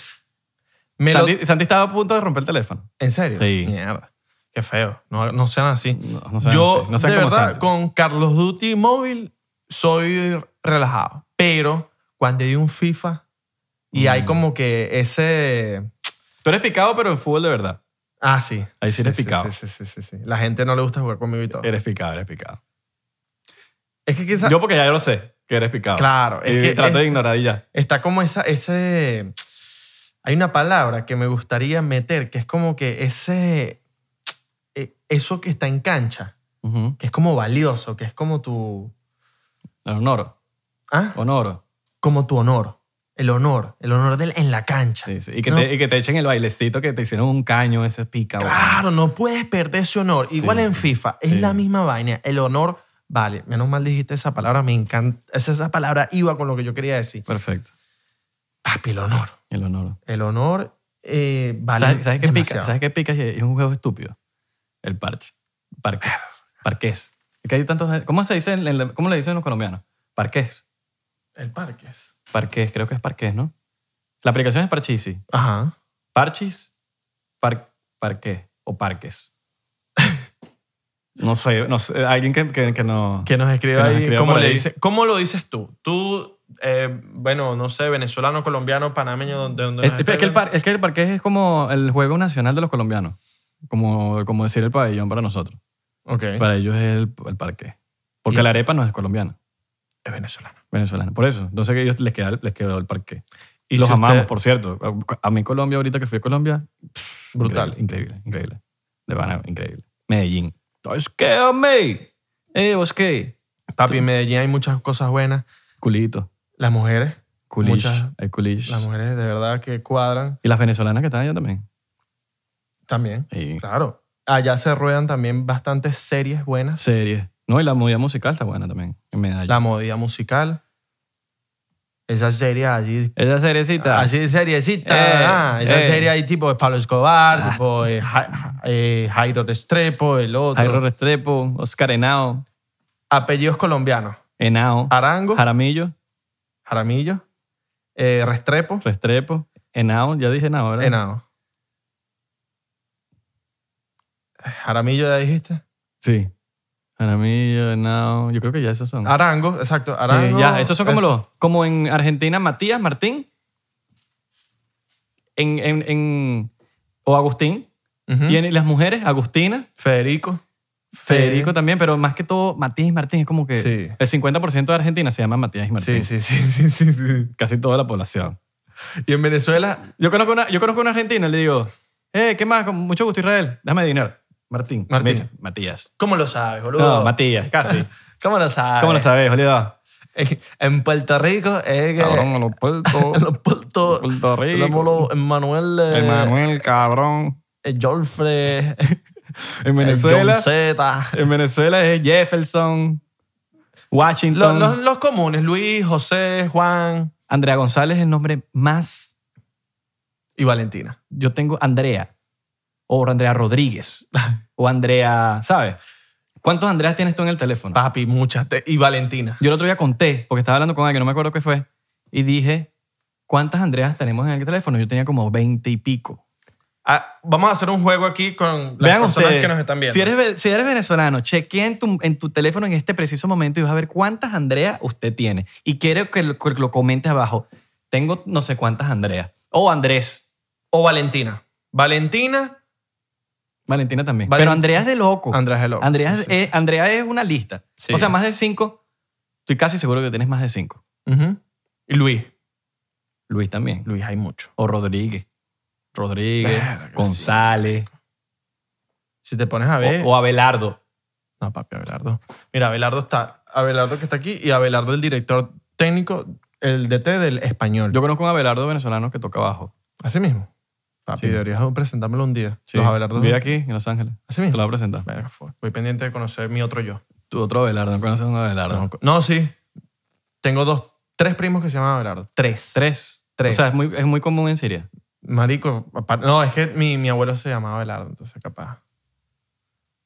A: Me lo-
B: Santi, Santi estaba a punto de romper el teléfono.
A: ¿En serio?
B: Sí.
A: Mierda. Qué feo. No, no sean así.
B: No, no sean
A: Yo,
B: así. No sean
A: de
B: como
A: verdad,
B: Santi.
A: con Carlos Duty móvil soy relajado. Pero cuando hay un FIFA y
B: Mm.
A: hay como que ese...
B: Tú eres picado, pero en fútbol de verdad.
A: Ah, sí.
B: Ahí sí eres picado.
A: Sí, sí, sí, sí. La gente no le gusta jugar conmigo y todo.
B: Eres picado, eres picado.
A: Es que quizás...
B: Yo eh, porque ya lo sé, que eres picado.
A: Claro, es
B: Y
A: que-
B: trato
A: es-
B: de ignorar y ya.
A: Está como esa, ese... Hay una palabra que me gustaría meter, que es como que ese... eh, Eso que está en cancha, que es como valioso, que es como tu...
B: Honoro.
A: ¿Ah?
B: Honoro.
A: Como tu honor. El honor. El honor del, en la cancha.
B: Sí, sí. Y, que
A: No,
B: te, y que te echen el bailecito que te hicieron un caño, ese pica. bueno.
A: Claro, no puedes perder ese honor.
B: Sí,
A: Igual en
B: sí,
A: FIFA, es
B: sí.
A: la misma vaina. El honor, vale, menos mal dijiste esa palabra, me encanta. Esa, esa palabra iba con lo que yo quería decir.
B: Perfecto.
A: Papi, el honor.
B: El honoro.
A: El honor eh, vale.
B: ¿Sabes, sabes qué pica?
A: demasiado.
B: ¿Sabes qué pica? Es un juego estúpido. El parche. Parque. Parqués. Es que hay tantos... ¿Cómo se dice? en- en la- ¿Cómo le dicen los colombianos? Parqués.
A: El Parques.
B: Parqués. Creo que es parqués, ¿no? La aplicación es Parchisi.
A: Ajá.
B: Parchis, par, parqué o parques. No sé, no sé, alguien que, que, que no...
A: Que nos escriba
B: Que nos
A: ahí.
B: escriba
A: ¿cómo,
B: por
A: le
B: ahí.
A: dice- ¿Cómo lo dices tú? Tú, eh, bueno, no sé, venezolano, colombiano, panameño, donde. donde
B: Es,
A: nos
B: es
A: esté
B: que el
A: viendo.
B: par- es que el parqués es como el juego nacional de los colombianos. Como, como decir el pabellón para nosotros.
A: Ok.
B: Para ellos es el, el parqués. Porque
A: Y-
B: la arepa no es colombiana,
A: Es venezolano.
B: venezolana. Por eso, entonces que ellos les, queda, les quedó el parqués.
A: Y
B: Los
A: si usted-
B: amamos, por cierto. A mí Colombia, ahorita que fui a Colombia,
A: Brutal.
B: Increíble, increíble. increíble. De pana, increíble. Medellín. Es que, hombre. Eh, vos qué.
A: Papi, en Medellín hay muchas cosas buenas.
B: Culito.
A: Las mujeres.
B: Kulish,
A: Muchas-
B: el Kulish.
A: Las mujeres de verdad que cuadran
B: Y las venezolanas que están allá también.
A: también.
B: Y
A: Claro. Allá se ruedan también bastantes series buenas.
B: series. No, y la movida musical está buena también. En Medallo.
A: La movida musical. Esa serie allí.
B: Esa seriecita.
A: Así seriecita.
B: Eh,
A: ¿verdad? esa
B: eh. Ah.
A: serie ahí tipo de Pablo Escobar, tipo eh, Ja- Ja- eh, Jairo Restrepo, el otro.
B: Jairo Restrepo, Oscar Henao,
A: Apellidos colombianos.
B: Henao,
A: Arango,
B: Jaramillo,
A: Jaramillo, eh, Restrepo,
B: Restrepo, Henao, ya dije Henao, ¿verdad?
A: Henao. Jaramillo ya dijiste.
B: Sí. Jaramillo, Henao, yo creo que ya esos son.
A: Arango, exacto.
B: Eh,
A: Arango.
B: ya, esos son como
A: eso.
B: los, como en Argentina, Matías, Martín, en, en, en- o Agustín,
A: Ujú.
B: y en las mujeres, Agustina,
A: Federico.
B: Federico
A: Fe-
B: también, pero más que todo Matías y Martín es como que
A: Sí.
B: el 50% de Argentina se llama Matías y Martín.
A: Sí, sí, sí, sí, sí, sí.
B: Casi toda la población.
A: Y en Venezuela,
B: Yo conozco una, yo conozco una argentina, le digo, eh, ¿qué más? Con mucho gusto Israel, dame dinero. Martín.
A: Martín.
B: Me dice, Matías.
A: ¿cómo lo sabes, boludo?
B: No, Matías, casi.
A: ¿Cómo lo sabes?
B: ¿Cómo lo sabes, boludo?
A: En, en Puerto Rico es que...
B: Cabrón, a los puertos.
A: en los puertos...
B: Puerto Rico.
A: Llámalo Emmanuel... eh,
B: Emanuel, cabrón.
A: eh, Jolfre...
B: En
A: Venezuela.
B: Venezuela, en Venezuela es Jefferson,
A: Los,
B: Washington.
A: los- los comunes, Luis, José, Juan
B: Andrea González es el nombre más...
A: y Valentina.
B: Yo tengo Andrea, o Andrea Rodríguez, o Andrea, ¿sabes? ¿Cuántos Andreas tienes tú en el teléfono?
A: Papi, muchas. te- y Valentina.
B: Yo el otro día conté, porque estaba hablando con alguien, no me acuerdo qué fue, y dije, ¿cuántas Andreas tenemos en el teléfono? Yo tenía como 20 y pico.
A: Ah, vamos a hacer un juego aquí con las personas que nos están viendo.
B: Si eres, ve- si eres venezolano, chequea en tu, en tu teléfono en este preciso momento y vas a ver cuántas Andreas usted tiene. Y quiero que lo, que lo comentes abajo. Tengo no sé cuántas Andreas. O Andrés.
A: O Valentina. Valentina,
B: Valentina también.
A: Valen-
B: Pero Andrea es de loco.
A: Andrés Hello.
B: Uh, Andrea,
A: Sí,
B: es,
A: sí.
B: eh, Andrea es una lista.
A: Sí.
B: O sea, más de cinco. Estoy casi seguro que tienes más de cinco.
A: Ujú. Y Luis.
B: Luis también.
A: Luis, hay mucho.
B: O Rodríguez. Rodríguez.
A: Verga, sí.
B: González.
A: Si te pones a ver.
B: O, o Abelardo.
A: No, papi, Abelardo. Mira, Abelardo está. Abelardo que está aquí y Abelardo, el director técnico, el DT del español.
B: Yo conozco un Abelardo venezolano que toca bajo.
A: Así mismo. Papi,
B: Sí.
A: deberías presentármelo un día. Los Abelardos. Mm.
B: Vive aquí en Los Ángeles.
A: Así
B: Te
A: mismo.
B: lo voy a presentar.
A: Verga, fue. Voy pendiente de conocer mi otro yo.
B: Tu otro Abelardo. No conoces un Abelardo.
A: No, sí. Tengo dos, tres primos que se llaman Abelardo. Tres.
B: Tres.
A: Tres.
B: O sea, es muy, es muy común en Siria.
A: Marico, apar- no, es que mi, mi abuelo se llamaba Abelardo, entonces capaz.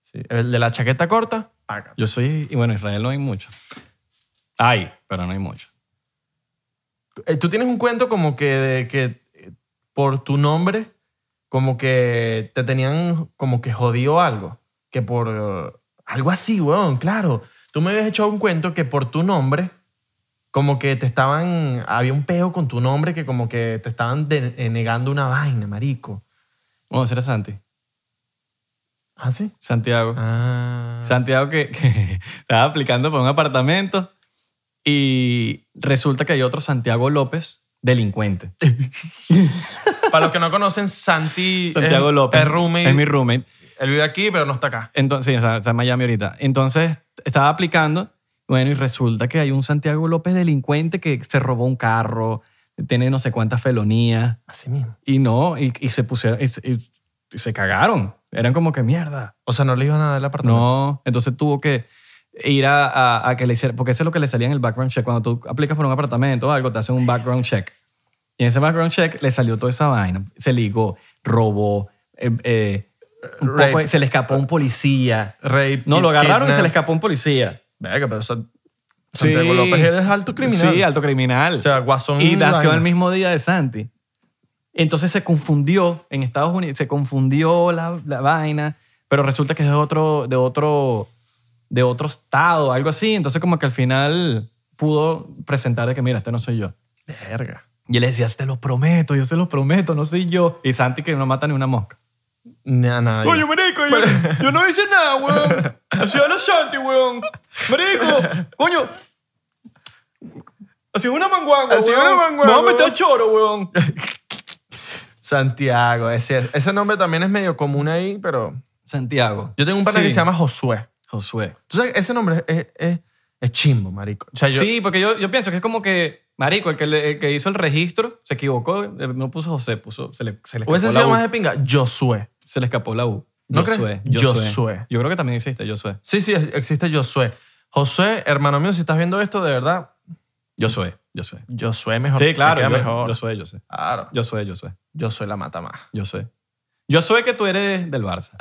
A: Sí. El de la chaqueta corta, paca.
B: Yo soy... Y bueno, Israel no hay mucho. Hay, pero no hay mucho.
A: Eh, Tú tienes un cuento como que, de que eh, por tu nombre, como que te tenían como que jodido algo. Que por eh, algo así, weón, claro. Tú me habías hecho un cuento que por tu nombre, como que te estaban. Había un peo con tu nombre que como que te estaban de- eh, negando una vaina, marico.
B: Vamos a hacer a Santi.
A: ¿Ah, sí?
B: Santiago.
A: Ah.
B: Santiago que, que estaba aplicando para un apartamento y resulta que hay otro Santiago López delincuente.
A: Para los que no conocen, Santi.
B: Santiago
A: es,
B: López.
A: Es roommate.
B: Es mi roommate.
A: Él vive aquí, pero no está acá.
B: Entonces, sí, está, está en Miami ahorita. Entonces, estaba aplicando, bueno, y resulta que hay un Santiago López delincuente que se robó un carro, tiene no sé cuántas felonías,
A: Así mismo.
B: y no, y, y se pusieron, y, se- y se cagaron. Eran como que mierda.
A: O sea, no le iban a dar el apartamento.
B: No, entonces tuvo que ir a, a- a que le hicieran, porque eso es lo que le salía en el background check. Cuando tú aplicas por un apartamento o algo, te hacen un background check. Y en ese background check le salió toda esa vaina. Se ligó, robó, eh, eh, un
A: Rape.
B: poco- se le escapó un policía.
A: Rape,
B: No, lo
A: kid-
B: agarraron y se le
A: kidnap.
B: escapó un policía.
A: Verga, pero San-
B: Sí.
A: Santiago López él es alto criminal.
B: Sí, alto criminal.
A: O sea, Guasón.
B: y nació
A: vaina.
B: el mismo día de Santi. Entonces se confundió en Estados Unidos, se confundió la, la vaina, pero resulta que es de otro, de otro, de otro estado, algo así. Entonces como que al final pudo presentar de que mira, este no soy yo.
A: Verga.
B: Y él decía, te lo prometo, yo se lo prometo, no soy yo. Y Santi que no mata ni una mosca.
A: Nah, nah, ya.
B: marico, yo, yo no hice nada, weón. Ha sido la Santi, weón. Marico, coño. Ha sido una manguanga,
A: Ha sido una manguanga,
B: Vamos a meter
A: weón.
B: choro, weón.
A: Santiago, ese, ese nombre también es medio común ahí, pero.
B: Santiago.
A: Yo tengo un pana
B: Sí.
A: que se llama Josué.
B: Josué.
A: Tú sabes, ese nombre es, es, es chimbo, marico. O sea, yo.
B: Sí, porque yo, yo pienso que es como que, marico, el que, le- el que hizo el registro se equivocó, eh, no puso José, puso, se le, se le escapó
A: Hubiese
B: la
A: sido
B: U.
A: más de pinga. Josué.
B: Se le escapó la U.
A: ¿No
B: Josué,
A: crees?
B: Josué.
A: Josué.
B: Yo creo que también existe Josué.
A: Sí, sí, es- existe Josué. Josué, hermano mío, si estás viendo esto, de verdad,
B: Josué, Josué.
A: Josué mejor.
B: Sí, claro,
A: Te queda
B: yo-
A: mejor.
B: Josué, Josué.
A: Claro.
B: Josué, Josué.
A: Josué la mata más.
B: Josué. Josué que tú eres del Barça.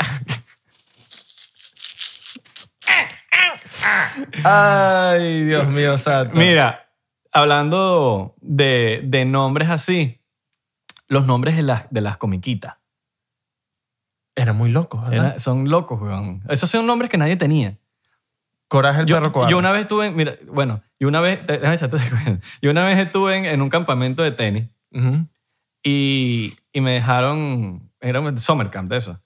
A: Ah, Ay, Dios mío, santo.
B: Mira, hablando de, de nombres así, los nombres de las, de las comiquitas
A: Era muy loco, ¿verdad?
B: Era- son locos, weón. Esos son nombres que nadie tenía.
A: Coraje el
B: yo,
A: perro cobarde.
B: yo una vez estuve, en- mira, bueno, yo una vez, déjame echarte de cuenta. Yo una vez estuve en, en un campamento de tenis
A: Ujú.
B: y, y me dejaron, era un summer camp de eso,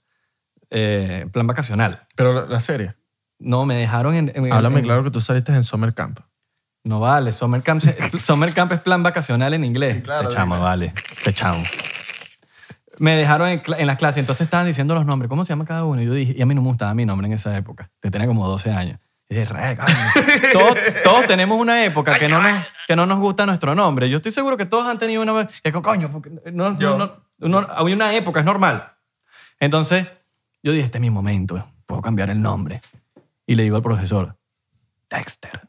B: eh, plan vacacional.
A: Pero la, la serie.
B: No, me dejaron en... en-
A: Háblame
B: en-
A: claro que tú saliste en Summer Camp.
B: No vale, summer camp, se- summer camp es plan vacacional en inglés.
A: claro,
B: te chamo, vale, te chamo. Me dejaron en, cla- en las clases, entonces estaban diciendo los nombres, ¿cómo se llama cada uno? Y yo dije, y a mí no me gustaba mi nombre en esa época, que tenía como 12 años. Y dije, "Re, coño". todos, todos tenemos una época que no, nos, que no nos gusta nuestro nombre. Yo estoy seguro que todos han tenido una... Que, co- coño, porque no,
A: Yo.
B: no, no- no- hay una época, es normal. Entonces, yo dije, este es mi momento, puedo cambiar el nombre. Y le digo al profesor, Dexter.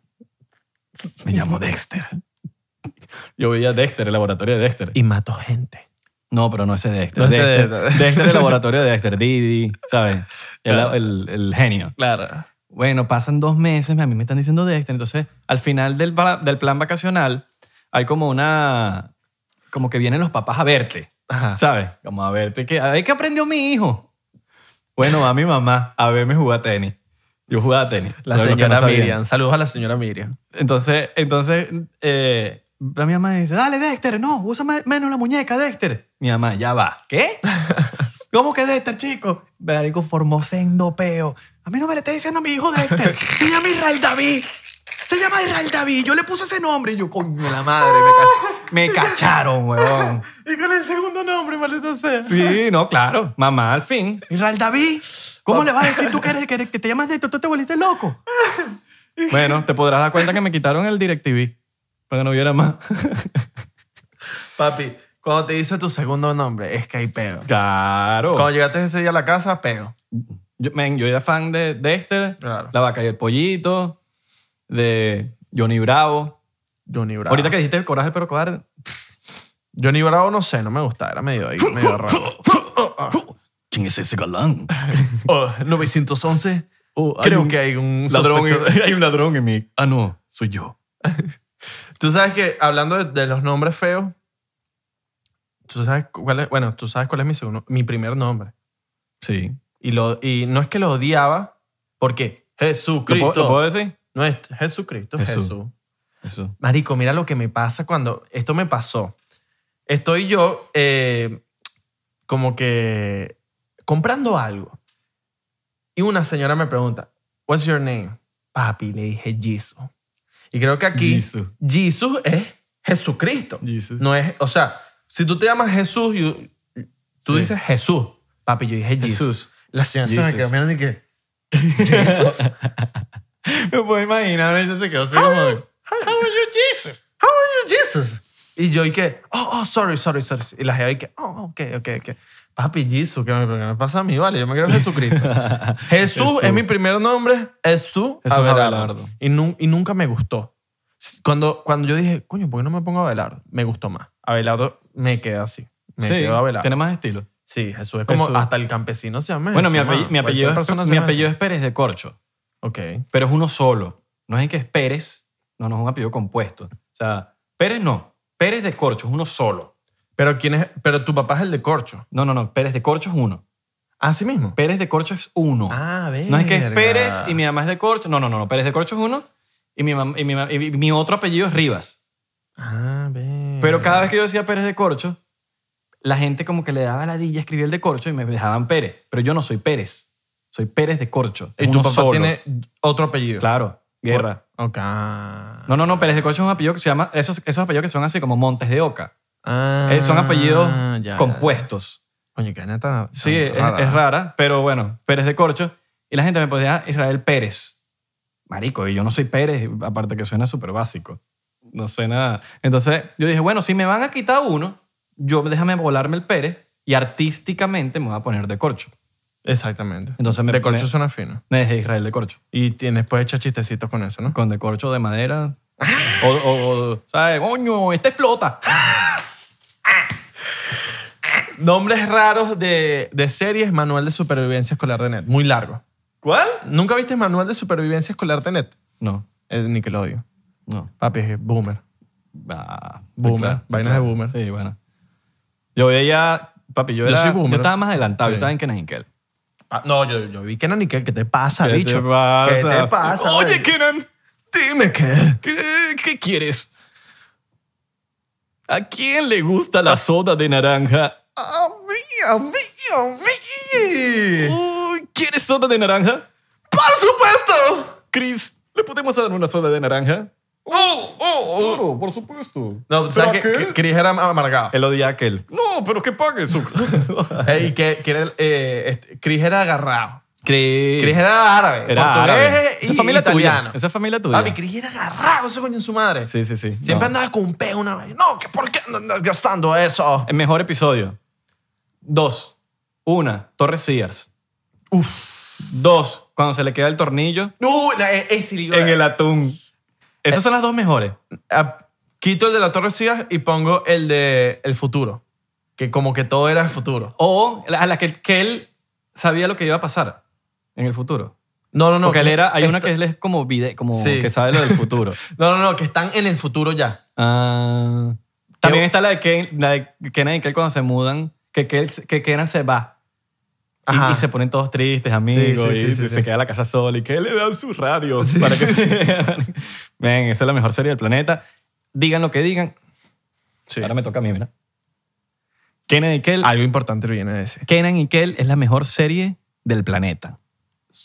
B: Me llamo Dexter. Yo veía Dexter, el laboratorio de Dexter.
A: Y mató gente.
B: No, pero no ese Dexter.
A: No ese
B: Dexter,
A: Dexter.
B: Dexter, el laboratorio de Dexter. Didi, ¿sabes? El,
A: Claro.
B: el- el genio.
A: Claro.
B: Bueno, pasan dos meses, a mí me están diciendo Dexter. Entonces, al final del, pla- del plan vacacional, hay como una... Como que vienen los papás a verte,
A: Ajá.
B: ¿sabes? Como a verte que... A ver qué aprendió mi hijo. Bueno, a mi mamá a verme jugar tenis. Yo jugaba tenis.
A: La
B: para los que no
A: señora
B: sabían.
A: Miriam. Saludos a la señora Miriam.
B: Entonces, entonces eh, a mi mamá me dice, dale, Dexter, no, usa me- menos la muñeca, Dexter. Mi mamá, ya va. ¿Qué? ¿Cómo que Dexter, chico? Marico formó sendopeo. A mí no me le está diciendo a mi hijo Dexter. Se llama Israel David. Se llama Israel David. Yo le puse ese nombre. Y yo, coño, la madre, me, ca- me cacharon, huevón.
A: Y con el segundo nombre, maldito sea.
B: Sí, no, claro. Mamá, al fin. Israel David, ¿cómo le vas a decir tú que, eres, que, eres- que te llamas Dexter? Tú te volviste loco. Bueno, te podrás dar cuenta que me quitaron el DirecTV para que no viera más.
A: Papi, cuando te dice tu segundo nombre, es que hay peo.
B: Claro.
A: Cuando llegaste ese día a la casa, peo.
B: Yo, men, yo era fan de Dexter,
A: Claro.
B: La Vaca y el Pollito, de Johnny Bravo.
A: Johnny Bravo.
B: Ahorita que dijiste el coraje pero cobarde.
A: Johnny Bravo no sé, no me gusta. Era medio ahí, medio raro.
B: ¿Quién es ese galán?
A: Oh, 911.
B: Oh, hay
A: Creo
B: un
A: que hay un
B: ladrón
A: sospechoso.
B: en- hay un ladrón en mí. Ah, no, soy yo.
A: Tú sabes que, hablando de, de los nombres feos, tú sabes cuál es, bueno, tú sabes cuál es mi segundo, mi primer nombre.
B: Sí.
A: Y, lo, y no es que lo odiaba, porque
B: ¿Lo puedo,
A: Jesucristo.
B: lo puedo decir?
A: No es Jesucristo, es
B: Jesús.
A: Jesús.
B: Eso.
A: Marico, mira lo que me pasa cuando. Esto me pasó. Estoy yo eh, como que comprando algo. Y una señora me pregunta, What's your name? Papi, le dije Jesus. Y creo que aquí
B: Jesus.
A: Jesus, es Jesucristo. No es, o sea, si tú te llamas Jesús, y tú
B: Sí.
A: dices Jesús. Papi, yo dije Jesus.
B: Jesús.
A: La señora se me
B: Jesus.
A: quedó mirando y que, ¿Jesus?
B: Me puedo imaginar, a se quedó así como...
A: How are you Jesus? How are you Jesus? Y yo y que, oh, oh, sorry, sorry, sorry. Y la gente y que, oh, ok, ok, ok. Papi, Jesus, ¿qué me, qué me pasa a mí? Vale, yo me creo en Jesucristo. Jesús
B: Jesús.
A: es mi primer nombre, Jesús
B: Jesús
A: Abelardo.
B: Abelardo.
A: Y, nu- y nunca me gustó. S- Cuando, cuando yo dije, coño, ¿por qué no me pongo Abelardo? Me gustó más. Abelardo me queda así. Me
B: Sí,
A: quedó Abelardo.
B: tiene más estilo.
A: Sí, Jesús es como
B: Jesús.
A: hasta el campesino se llama.
B: Bueno, mi,
A: Jesús,
B: apellido,
A: mano.
B: mi apellido
A: Cualquier
B: es-
A: persona se
B: mi
A: llama
B: apellido
A: Jesús.
B: es Pérez de Corcho.
A: Ok.
B: pero es uno solo. No es el que es Pérez, no, no es un apellido compuesto. O sea, Pérez no, Pérez de Corcho es uno solo.
A: Pero, ¿quién es? pero tu papá es el de corcho.
B: No, no, no, Pérez de Corcho es uno.
A: Así mismo.
B: Pérez de Corcho es uno.
A: Ah, ver.
B: no es que es Pérez y mi mamá es de Corcho. No, no, no, no, Pérez de Corcho es uno y mi, mam- y mi, mam- y mi- mi otro apellido es Rivas.
A: Ah, ver.
B: Pero cada vez que yo decía Pérez de Corcho, la gente como que le daba la dilla, escribía el de Corcho y me dejaban Pérez. Pero yo no soy Pérez, soy Pérez de Corcho. es
A: Y tu
B: uno
A: papá
B: solo.
A: tiene otro apellido.
B: Claro, guerra.
A: Ok.
B: No, no, no, Pérez de Corcho es un apellido que se llama, esos, esos apellidos que son así como Montes de Oca.
A: Ah,
B: Eh, son apellidos
A: ya,
B: compuestos.
A: ya. Coño, qué neta. Ah,
B: Sí, es, es rara, pero bueno, Pérez de Corcho. Y la gente me ponía Israel Pérez. Marico, y yo no soy Pérez, aparte que suena súper básico. No sé nada. Entonces yo dije, bueno, si me van a quitar uno, yo déjame volarme el Pérez y artísticamente me voy a poner de Corcho.
A: Exactamente.
B: Entonces me,
A: de corcho
B: me-
A: suena fino.
B: me dejé Israel de Corcho.
A: Y tienes, puedes echar chistecitos con eso, ¿no?
B: Con de Corcho de madera.
A: Ah.
B: o, o, o, ¿sabes? ¡Coño! ¡Este flota!
A: Nombres raros de, de series, Manual de Supervivencia Escolar de Net. Muy largo.
B: ¿Cuál?
A: ¿Nunca viste Manual de Supervivencia Escolar de Net?
B: No,
A: Es Nickelodeon.
B: no.
A: Papi, es boomer.
B: Ah,
A: Boomer,
B: claro,
A: vainas
B: claro.
A: de boomer.
B: Sí, bueno. Yo veía, papi, yo,
A: Yo
B: era,
A: soy boomer.
B: yo estaba más adelantado,
A: Sí.
B: yo estaba en Kenan y Kel.
A: Ah, no, yo, yo vi Kenan y Nickel. ¿Qué te pasa, bicho? ¿Qué te pasa?
B: Oye,
A: güey?
B: Kenan,
A: Dime qué.
B: ¿qué, qué quieres? ¿A quién le gusta la soda de naranja?
A: ¡A mí, a mí, a
B: Uh.
A: mí!
B: Uy, ¿quieres soda de naranja?
A: ¡Por supuesto!
B: Chris, ¿le podemos dar una soda de naranja?
A: ¡Oh, oh,
B: Claro, por supuesto.
A: No, ¿sabes que, que Chris era amargado.
B: Él odia a aquel. No, pero que pague su...
A: Eh, y que, que era el, eh, este, Chris era agarrado.
B: Chris.
A: Chris era árabe,
B: Era
A: portugués
B: árabe.
A: y
B: Esa familia
A: italiano.
B: tuya. Esa familia tuya.
A: Papi, Chris era agarrado ese coño en su madre.
B: Sí, sí, sí.
A: Siempre
B: No.
A: andaba con un peo una vez. No, que ¿por qué andas gastando eso?
B: El mejor episodio. Dos. Una, Torres Sears. Uf. Dos, cuando se le queda el tornillo
A: No, la- eh, ese libro-
B: en el atún. Esas son las dos mejores.
A: Ah, Quito el de la Torre Sears y pongo el de El Futuro. Que como que todo era el futuro.
B: O a la que, que él sabía lo que iba a pasar en el futuro.
A: No, no, no.
B: Porque él era, hay
A: Esta-
B: una que él es como, vide, como
A: Sí.
B: que sabe lo del futuro.
A: No, no, no, que están en el futuro ya.
B: Ah, también está la de, Ken, la de Kenan y Kel cuando se mudan, que, Kel- que Kenan se va. Y-
A: Ajá.
B: Y, se ponen todos tristes, amigos,
A: Sí, sí,
B: y
A: sí, sí,
B: se
A: sí.
B: queda la casa sola y que le dan su radio para que se... Ven, esa es la mejor serie del planeta. Digan lo que digan.
A: Sí.
B: Ahora me toca a mí, mira. Kenan y Kel.
A: Algo importante viene de ese.
B: Kenan y Kel es la mejor serie del planeta.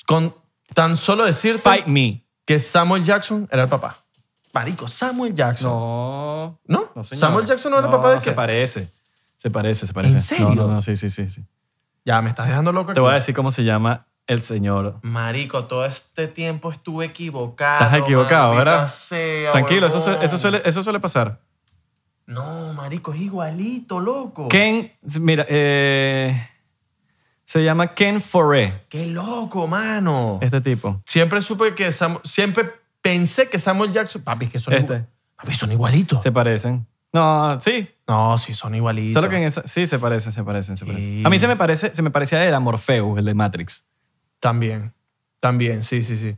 A: Con tan solo decirte
B: Fight me.
A: que Samuel Jackson era el papá. Marico, Samuel Jackson.
B: No.
A: ¿No?
B: No, señor.
A: ¿Samuel Jackson no era el papá de
B: Se
A: qué?
B: parece. Se parece, se parece.
A: ¿En serio?
B: No, no, no, sí, sí, sí. sí.
A: Ya, me estás dejando loco.
B: Te
A: aquí.
B: voy a decir cómo se llama el señor.
A: Marico, todo este tiempo estuve equivocado.
B: Estás equivocado,
A: maldita
B: ¿verdad?
A: sea,
B: Tranquilo, eso,
A: huevón.
B: suele, eso, suele, eso suele pasar.
A: No, marico, es igualito, loco.
B: Oh. Ken, mira, eh, se llama Ken Foray,
A: Qué loco, mano.
B: este tipo.
A: Siempre supe que Samuel... Siempre pensé que Samuel Jackson... Papi, es que son,
B: Este.
A: igua- papi, son igualitos.
B: Se parecen. No, sí.
A: No, sí, son igualitos.
B: Solo que en esa, sí, se parecen, se parecen, se parecen.
A: Sí.
B: A mí se me parece, se me parecía el Amorpheus, el de Matrix.
A: También, también, sí, sí, sí.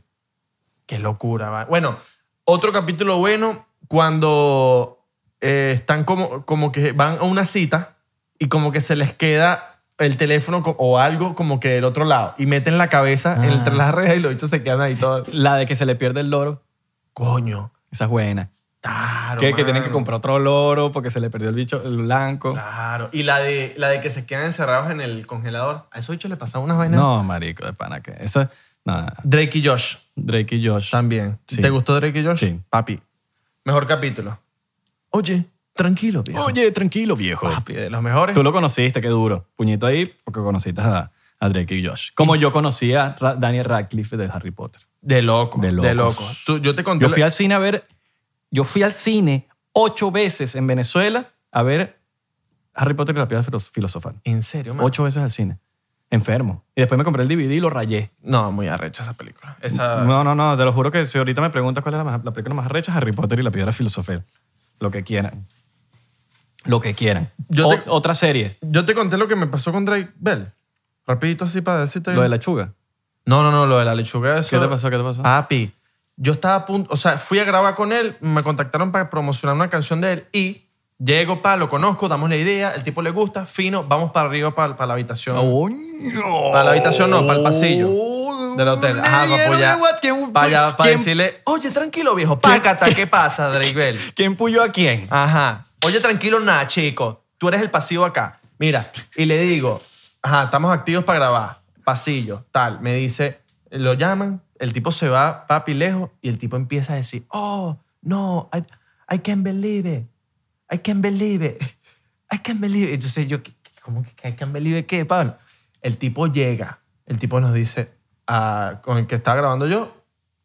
A: Qué locura, va. Bueno, otro capítulo bueno cuando eh, están como, como que van a una cita y como que se les queda el teléfono co- o algo como que del otro lado y meten la cabeza
B: Ah.
A: entre las rejas y los bichos se quedan ahí todos.
B: La de que se le pierde el loro,
A: Coño,
B: esa es buena.
A: claro.
B: Que, que tienen
A: mano,
B: que comprar otro loro porque se le perdió el bicho, el blanco.
A: Claro. Y la de, la de que se quedan encerrados en el congelador. A esos bichos le pasaban unas vainas.
B: No, marico, de pana que eso no, no.
A: Drake y Josh
B: Drake y Josh.
A: también.
B: Sí.
A: ¿Te gustó Drake y Josh?
B: Sí.
A: Papi. Mejor capítulo. Oye, tranquilo, viejo.
B: Oye, tranquilo, viejo.
A: Papi, de los mejores.
B: Tú lo conociste, qué duro. Puñito ahí porque conociste a, a Drake y Josh. Como yo conocí a Ra- Daniel Radcliffe de Harry Potter.
A: De loco.
B: De
A: De
B: locos.
A: loco. Tú- yo te conté.
B: Yo fui al cine a ver, yo fui al cine ocho veces en Venezuela a ver Harry Potter y la piedra Filo- filosofal.
A: En serio, man?
B: Ocho veces al cine. Enfermo. Y después me compré el DVD y lo rayé.
A: No, muy arrecha esa película. Esa.
B: No, no, no, te lo juro que si ahorita me preguntas cuál es la, más- la película más arrecha, Harry Potter y la piedra filosofal. Lo que quieran. Lo que quieran.
A: Yo te-
B: O- otra serie,
A: Yo te conté lo que me pasó con Drake Bell. Rapidito así para decirte.
B: lo de la chuga.
A: No, no, no, lo de la lechuga. Eso...
B: ¿Qué te pasó? ¿Qué te pasó?
A: Papi, yo estaba a punto. O sea, fui a grabar con él, me contactaron para promocionar una canción de él y llego, pa, lo conozco, damos la idea, el tipo le gusta, fino, vamos para arriba, para, la habitación.
B: Oh.
A: Para la habitación no, para el pasillo del hotel. Ah, Ajá, para apoyar. Para, allá, para decirle, oye, tranquilo, viejo, pácata, ¿qué pasa, Drake Bell?
B: ¿Quién puyó a quién?
A: Ajá. Oye, tranquilo, nada, chico. Tú eres el pasivo acá. Mira, y le digo, ajá, estamos activos para grabar. Pasillo, tal. Me dice, lo llaman, el tipo se va, papi, lejos, y el tipo empieza a decir, oh, no, I, I can't believe it. I can't believe it. I can't believe it. Entonces yo, ¿qué- qué- ¿cómo que I can't believe it qué, Pablo? El tipo llega, el tipo nos dice, ah, con el que estaba grabando yo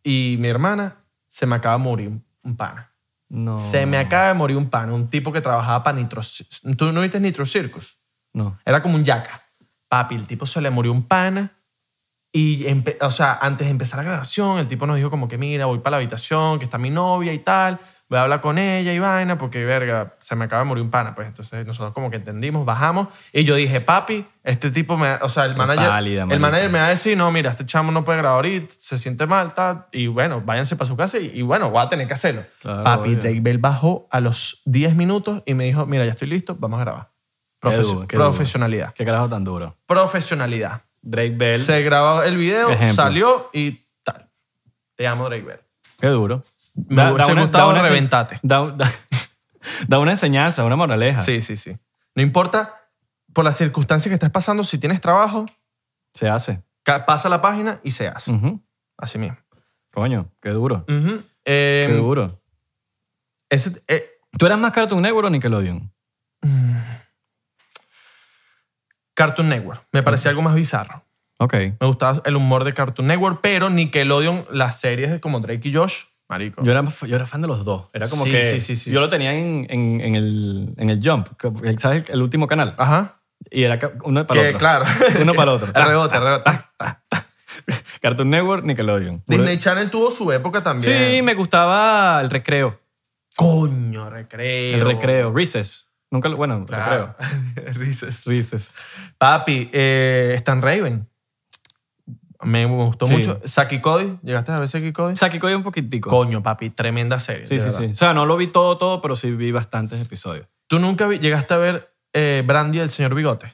A: y mi hermana, se me acaba de morir un- un pana.
B: No.
A: Se me acaba de morir un pan, un tipo que trabajaba para Nitro. Cir- ¿Tú no viste Nitro Circus?
B: No.
A: Era como un yaca. Papi, el tipo se le murió un pana. Y, empe- o sea, antes de empezar la grabación, el tipo nos dijo como que, mira, voy para la habitación, que está mi novia y tal, voy a hablar con ella y vaina, porque, verga, se me acaba de morir un pana. Pues entonces nosotros como que entendimos, bajamos. Y yo dije, papi, este tipo me... O sea, el
B: Qué
A: manager,
B: pálida,
A: el
B: marico.
A: manager me va a decir, no, mira, este chamo no puede grabar ahorita, se siente mal, tal. Y bueno, váyanse para su casa y, y bueno, voy a tener que hacerlo.
B: Claro,
A: papi,
B: obvio.
A: Drake Bell bajó a los 10 minutos y me dijo, mira, ya estoy listo, vamos a grabar.
B: Qué
A: Profes-
B: duro, qué duro.
A: profesionalidad
B: ¿Qué carajo tan duro?
A: profesionalidad.
B: Drake Bell.
A: Se grabó el video,
B: Ejemplo.
A: salió y tal. Te amo, Drake Bell.
B: Qué duro.
A: Me hubiese gustado reventate.
B: Da, da- da una enseñanza, una moraleja.
A: Sí, sí, sí. No importa por las circunstancias que estés pasando, si tienes trabajo,
B: Se hace.
A: ca- pasa la página y se hace.
B: Ujú.
A: Así mismo.
B: Coño, qué duro.
A: Ujú.
B: Qué
A: Eh,
B: duro.
A: ese- eh,
B: ¿Tú eras más Cartoon Network o Nickelodeon?
A: Cartoon Network. Me
B: Mm.
A: parecía algo más bizarro.
B: Ok.
A: Me gustaba el humor de Cartoon Network, pero Nickelodeon, las series como Drake y Josh, marico.
B: Yo era, yo era fan de los dos. Era como
A: Sí,
B: que.
A: sí, sí, sí.
B: Yo lo tenía en, en- en el, en el Jump, que- el- ¿sabes? El último canal.
A: Ajá.
B: Y era ca- uno para
A: Que
B: otro.
A: claro.
B: Uno para el otro.
A: El rebote, el rebote.
B: Cartoon Network, Nickelodeon.
A: Disney Channel tuvo su época también.
B: Sí, me gustaba el recreo.
A: Coño, recreo.
B: El recreo. Recess. Nunca lo, bueno,
A: Claro.
B: recreo. Recess.
A: Papi, eh, Stan Raven. Me gustó
B: Sí.
A: mucho. Saki Cody. ¿Llegaste a ver Saki Cody?
B: Saki Cody un poquitico.
A: Coño, papi, tremenda serie.
B: sí,
A: de
B: sí,
A: verdad.
B: sí. O sea, no lo vi todo, todo, pero sí vi bastantes episodios.
A: ¿Tú nunca vi- llegaste a ver eh, Brandy el señor Bigote?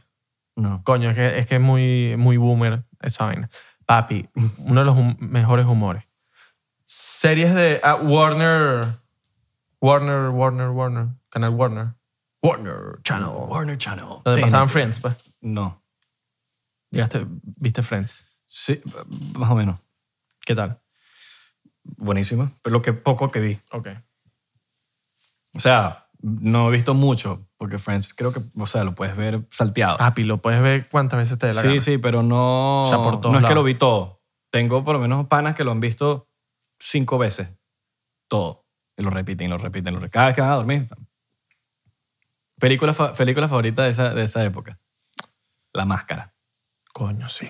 B: No.
A: Coño, es que es, que es muy, muy boomer esa vaina. Papi, uno de los hum- mejores humores. Series de ah, Warner. Warner, Warner, Warner. Canal Warner. Warner Channel.
B: Warner Channel.
A: Donde
B: TNT.
A: pasaban Friends, pues.
B: No.
A: Llegaste, viste Friends.
B: Sí, más o menos.
A: ¿Qué tal?
B: Buenísima. Pero lo que poco que vi.
A: Ok.
B: O sea, no he visto mucho, porque Friends creo que, o sea, lo puedes ver salteado.
A: Papi, lo puedes ver cuántas veces te dé la
B: sí,
A: gana.
B: sí, pero no,
A: O sea, por todos
B: no es que
A: lados.
B: lo vi todo. Tengo por lo menos panas que lo han visto cinco veces. Todo. Y lo repiten, y lo repiten, lo repiten. Cada vez que van a dormir. Película, fa- película favorita de esa, de esa época. La Máscara.
A: Coño, sí.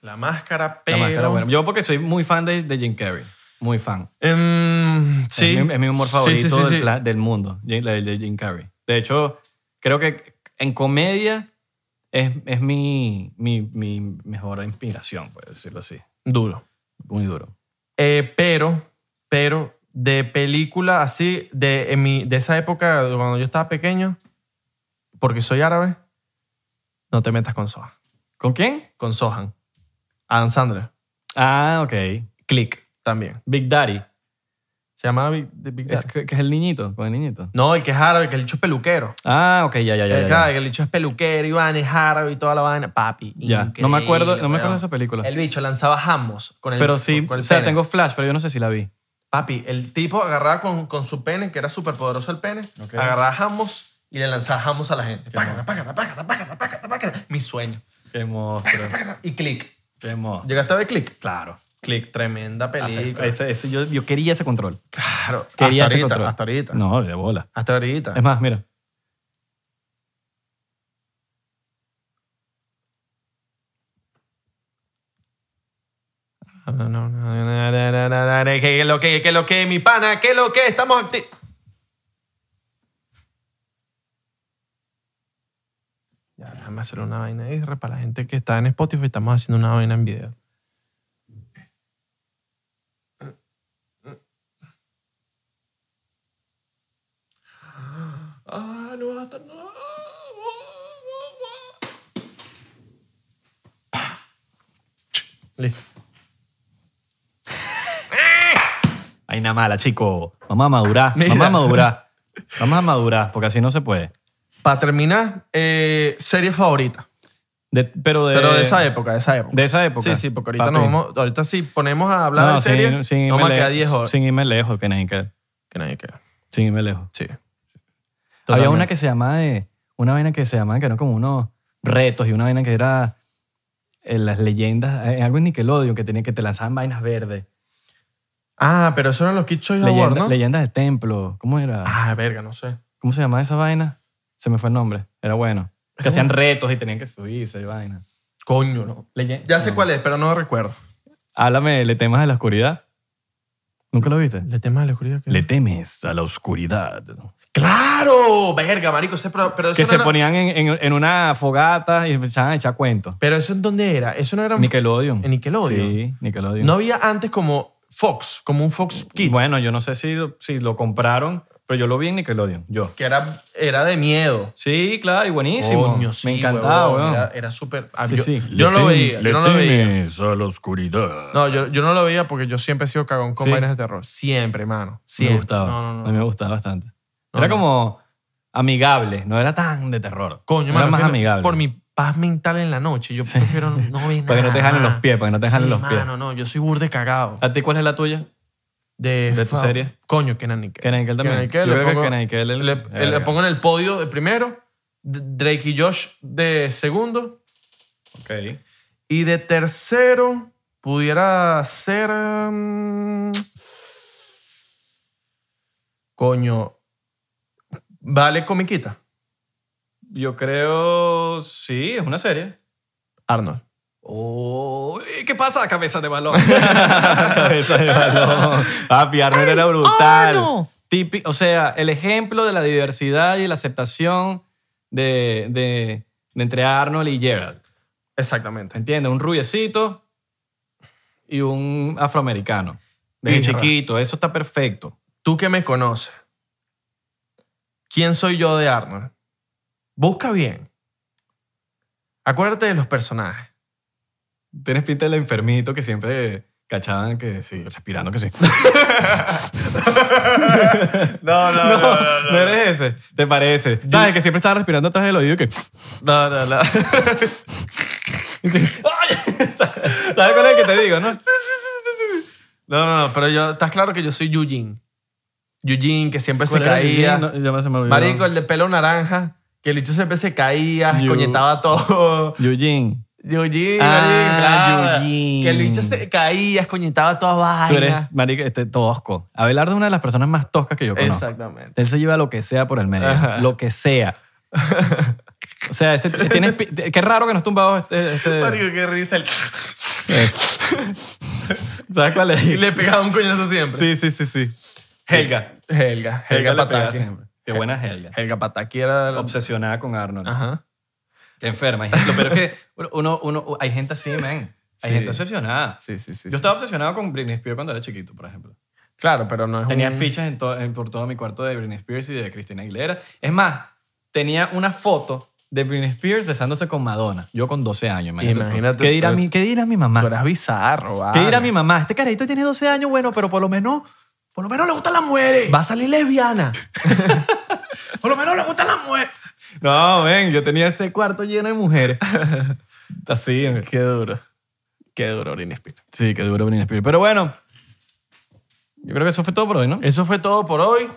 A: La máscara,
B: La
A: pero...
B: Máscara, bueno. Yo porque soy muy fan de, de Jim Carrey. Muy fan.
A: Em, sí.
B: Es mi, es mi humor
A: Sí,
B: favorito
A: sí, sí,
B: del,
A: sí.
B: pla- del mundo, Jim- la de Jim Carrey. De hecho, creo que en comedia es, es mi, mi, mi mejor inspiración, por decirlo así.
A: Duro.
B: Muy duro.
A: Eh, pero, pero, de película así, de, en mi- de esa época, de cuando yo estaba pequeño, porque soy árabe, no te metas con Sohan.
B: ¿Con quién?
A: Con Sohan. Adam Sandler.
B: Ah, ok.
A: Click también.
B: Big Daddy.
A: Se llamaba Big, The Big
B: Es
A: Daddy.
B: que, que es el niñito, con el niñito.
A: No, el que es árabe, que el dicho es peluquero.
B: Ah, ok, ya, ya, ya.
A: Que,
B: ya,
A: claro,
B: ya.
A: que el dicho es peluquero, Iván es árabe y toda la vaina. Papi.
B: Ya. No me acuerdo, no
A: increíble,
B: me acuerdo de
A: weón.
B: esa película.
A: El bicho lanzaba hamos con el
B: pero sí,
A: con- con el
B: o sea,
A: pene.
B: tengo flash, pero yo no sé si la vi.
A: Papi, el tipo agarraba con, con su pene, que era súper poderoso el pene,
B: Ok.
A: agarraba jamos y le lanzaba jamos a la gente. Pácata,
B: bueno.
A: pácata, pácata, pácata, pácata, pácata. Mi sueño.
B: Qué monstruo.
A: Y click.
B: Qué monstruo.
A: ¿Llegaste a ver click?
B: Claro.
A: Click, tremenda película.
B: Ese- ese- yo, yo quería ese control.
A: Claro.
B: Quería
A: hasta
B: ese
A: ahorita,
B: control.
A: hasta ahorita.
B: No, de bola.
A: Hasta ahorita.
B: Es más, mira.
A: No, no, no, no, no, no, no, no, Que lo que, que lo que, mi pana, que lo que, estamos activos. Ya, déjame hacer una vaina ahí para la gente que está en Spotify. Estamos haciendo una vaina en video. Ah, no va a estar. no. Listo.
B: Hay una mala, chico. Vamos a madurar.
A: Mira.
B: Vamos a madurar. Vamos a madurar, porque así no se puede.
A: Para terminar, eh, serie favorita.
B: De- pero, de,
A: Pero de esa época, de esa época.
B: Eh, De esa época.
A: Sí, sí, porque ahorita,
B: Papi.
A: nos vamos, ahorita si ponemos a hablar de
B: sin-
A: serie,
B: sin
A: no
B: irme
A: más
B: le-
A: queda 10 horas.
B: Sin irme lejos, que nadie quiere.
A: Que nadie queda.
B: Sin irme lejos.
A: Sí.
B: Había
A: Totalmente.
B: una que se llamaba de. Una vaina que se llamaba que eran como unos retos y una vaina que era. eh, las leyendas. eh, algo en Nickelodeon que tenía que te lanzaban vainas verdes.
A: Ah, pero eso eran los Kids Choice
B: Leyenda-
A: Awards, ¿no?
B: Leyendas de templo. ¿Cómo era?
A: Ah, verga, no sé.
B: ¿Cómo se llamaba esa vaina? Se me fue el nombre. Era bueno. Que
A: Era
B: hacían retos y tenían que subirse y vaina.
A: Coño, no.
B: Leyen-
A: Ya sé
B: no.
A: cuál es, pero no recuerdo.
B: Háblame de temas de la oscuridad. ¿Nunca lo viste?
A: ¿El tema de la oscuridad?
B: Le temes a la oscuridad.
A: ¡Claro! Verga, marico. ese pro- pero eso
B: Que
A: no
B: se
A: era-
B: ponían en, en- en una fogata y empezaban a echar cuentos.
A: Pero eso en dónde era? Eso no era...
B: Nickelodeon.
A: ¿En Nickelodeon?
B: Sí, Nickelodeon.
A: No había antes como Fox, como un Fox Kids.
B: Bueno, yo no sé si, lo- si lo compraron, pero yo lo vi en Nickelodeon. Yo.
A: Que era, era de miedo.
B: Sí, claro, y buenísimo.
A: Coño, sí,
B: Oh, Me encantaba,
A: huevón,
B: weón.
A: Era, era súper. ah,
B: Sí,
A: yo,
B: sí.
A: yo no lo veía. Yo no lo veía.
B: a la oscuridad.
A: No, yo, yo no lo veía porque yo siempre he sido cagón con
B: Sí.
A: vainas de terror. Siempre, mano. Siempre.
B: me gustaba.
A: No, no, no.
B: A mí me gustaba bastante.
A: No,
B: era
A: no.
B: como amigable, no era tan de terror.
A: Coño,
B: era
A: mano,
B: más
A: es que
B: amigable.
A: Por mi paz mental en la noche, yo prefiero no ver nada.
B: Para que no te jalen los
A: mano.
B: pies, para que no te jalen
A: Ah, Sí,
B: los pies.
A: Mano, no, yo soy burde cagado.
B: ¿A ti cuál es la tuya?
A: De,
B: ¿De tu
A: fa-
B: serie?
A: Coño, Kenan Nickel.
B: Kenan Nickel también. Yo
A: le
B: creo que
A: pongo-
B: Kenan Nickel es-
A: Le,
B: verga.
A: le pongo en el podio de primero, D- Drake y Josh de segundo.
B: Ok.
A: Y de tercero pudiera ser... mm, coño. Vale, comiquita.
B: Yo creo. Sí, es una serie.
A: Arnold.
B: Oh, ¿y ¿Qué pasa? Cabeza de balón. Cabeza de balón. Papi, Arnold era brutal.
A: Arnold!
B: Tipi- o sea, el ejemplo de la diversidad y la aceptación de, de- de entre Arnold y Gerald.
A: Exactamente.
B: ¿Entiendes? Un rubiecito y un afroamericano. Desde
A: Birra.
B: chiquito, eso está perfecto.
A: Tú que me conoces, ¿quién soy yo de Arnold? Busca bien. Acuérdate de los personajes.
B: Tienes pinta del enfermito que siempre cachaban que sí, respirando que sí.
A: No, no, no, no, no.
B: eres ese, te parece. ¿Sabes? Que siempre estaba respirando atrás del oído que...
A: No, no, no.
B: ¿Sabes cuál es el que te digo, no?
A: No, no, no, pero yo, estás claro que yo soy Eugene. Eugene, que siempre se
B: ¿Cuál era el que
A: caía.
B: yo- no, ya me- se me olvidó.
A: Marico, el de pelo naranja, que el bicho siempre se caía,
B: Yo-
A: coñetaba todo.
B: Eugene.
A: Eugene,
B: Ah,
A: marico, claro.
B: Eugene.
A: Que el bicho se caía, escoñetaba toda vaina.
B: Tú eres, marico, este, tosco. Abelardo es una de las personas más toscas que yo conozco.
A: Exactamente.
B: Él se lleva lo que sea por el medio.
A: Ajá.
B: Lo que sea. O sea, ese- tienes pi- qué raro que nos tumbado este... este-
A: Marico, qué risa. el-
B: Eh. ¿Sabes cuál es?
A: Y le pegaba un coñazo siempre.
B: Sí, sí, sí, sí. Helga.
A: Helga,
B: Helga,
A: Helga
B: le pegaba
A: Pataki.
B: siempre. Qué buena Helga.
A: Helga Pataki era de la...
B: Obsesionada con Arnold.
A: Ajá.
B: Qué enferma. hay gente- Pero es que uno, uno, hay gente así, man. Hay
A: Sí.
B: gente obsesionada.
A: Sí, sí, sí.
B: Yo estaba obsesionado con Britney Spears cuando era chiquito, por ejemplo.
A: Claro, pero no es
B: Tenía
A: un...
B: fichas en to- en- por todo mi cuarto de Britney Spears y de Christina Aguilera. Es más, tenía una foto de Britney Spears besándose con Madonna. Yo con 12 años, imagínate. tú.
A: Imagínate
B: ¿Qué dirá,
A: tú.
B: mi, ¿Qué dirá mi
A: Tú
B: mamá?
A: eras bizarro, vale.
B: ¿Qué dirá mi mamá? Este carajito tiene 12 años, bueno, pero por lo menos, por lo menos le gustan las mujeres.
A: Va a salir lesbiana.
B: Por lo menos le gustan las mujeres. No, ven, yo tenía ese cuarto lleno de mujeres. Así, ven.
A: Qué duro. Qué duro, Britney Spears.
B: Sí, qué duro Britney Spears. Pero bueno, yo creo que eso fue todo por hoy, ¿no?
A: Eso fue todo por hoy.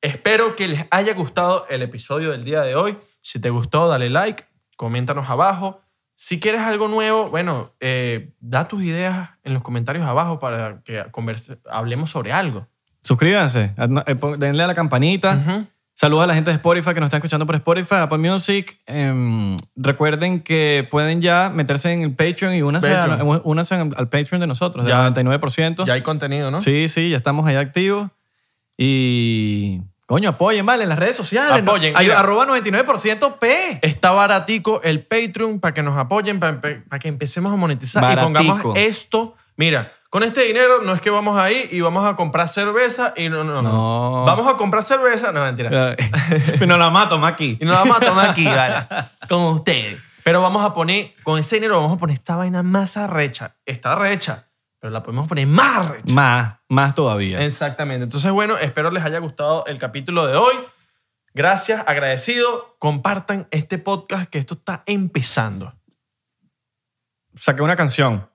A: Espero que les haya gustado el episodio del día de hoy. Si te gustó, dale like, coméntanos abajo. Si quieres algo nuevo, bueno, eh, da tus ideas en los comentarios abajo para que converse- hablemos sobre algo.
B: Suscríbanse, adno- eh, pon- denle a la campanita.
A: Ujú.
B: Saludos a la gente de Spotify que nos está escuchando por Spotify, Apple Music. Em, recuerden que pueden ya meterse en el Patreon y únanse, a-
A: Patreon.
B: únanse al Patreon de nosotros,
A: Ya.
B: del 99%.
A: Ya hay contenido, ¿no?
B: Sí, sí, ya estamos ahí activos. Y, coño, apoyen, ¿vale? En las redes sociales. ¿no?
A: Apoyen,
B: Ay,
A: mira.
B: arroba 99% P.
A: Está baratico el Patreon para que nos apoyen, para, para que empecemos a monetizar y
B: Baratico.
A: pongamos esto. Mira, con este dinero no es que vamos ahí y vamos a comprar cerveza y no, no, no.
B: No.
A: Vamos a comprar cerveza, no, mentira.
B: Eh. Pero no la mato, Maki.
A: Y nos vamos a tomar aquí, ¿vale? Como ustedes. Pero vamos a poner, con ese dinero vamos a poner esta vaina más arrecha. Está arrecha, pero la podemos poner más arrecha.
B: Más, más todavía.
A: Exactamente. Entonces, bueno, espero les haya gustado el capítulo de hoy. Gracias, agradecido. Compartan este podcast que esto está empezando.
B: Saqué una canción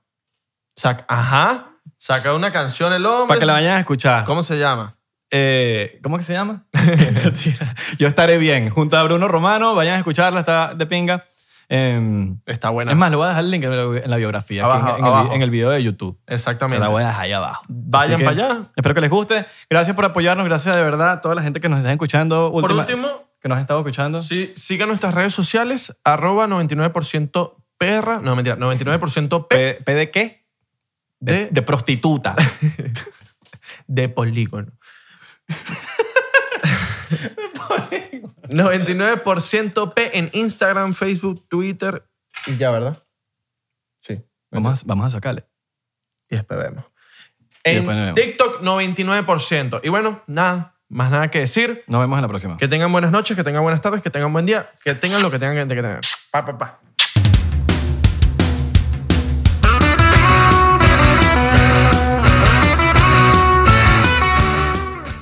A: Saca, ajá. Saca una canción el hombre.
B: para que la vayan a escuchar.
A: ¿Cómo se llama?
B: Eh, ¿Cómo que se llama? Mentira. Yo estaré bien. Junto a Bruno Romano, vayan a escucharla, está de pinga. Eh,
A: Está buena.
B: es más, le voy a dejar el link en la, en la biografía, aquí
A: Abajo,
B: en, en el,
A: abajo.
B: vi- en el video de YouTube. Se
A: Exactamente.
B: la voy a dejar ahí abajo.
A: Vayan
B: Así que
A: para allá.
B: Espero que les guste. Gracias por apoyarnos, gracias de verdad a toda la gente que nos está escuchando.
A: Por
B: última-
A: último,
B: Que nos ha estado escuchando.
A: Sí, sigan nuestras redes sociales, arroba 99% perra, no mentira, 99% p
B: P, P de qué? De,
A: De-
B: de prostituta.
A: de polígono. 99% p en Instagram, Facebook, Twitter y ya, ¿verdad? Sí.
B: vamos, a, vamos a sacarle.
A: Y después vemos.
B: Y
A: En
B: después nos vemos.
A: TikTok, 99%. Y bueno, nada, más nada que decir.
B: Nos vemos en la próxima.
A: Que tengan buenas noches, que tengan buenas tardes, que tengan buen día, que tengan lo que tengan que que tengan. Pa, pa, pa.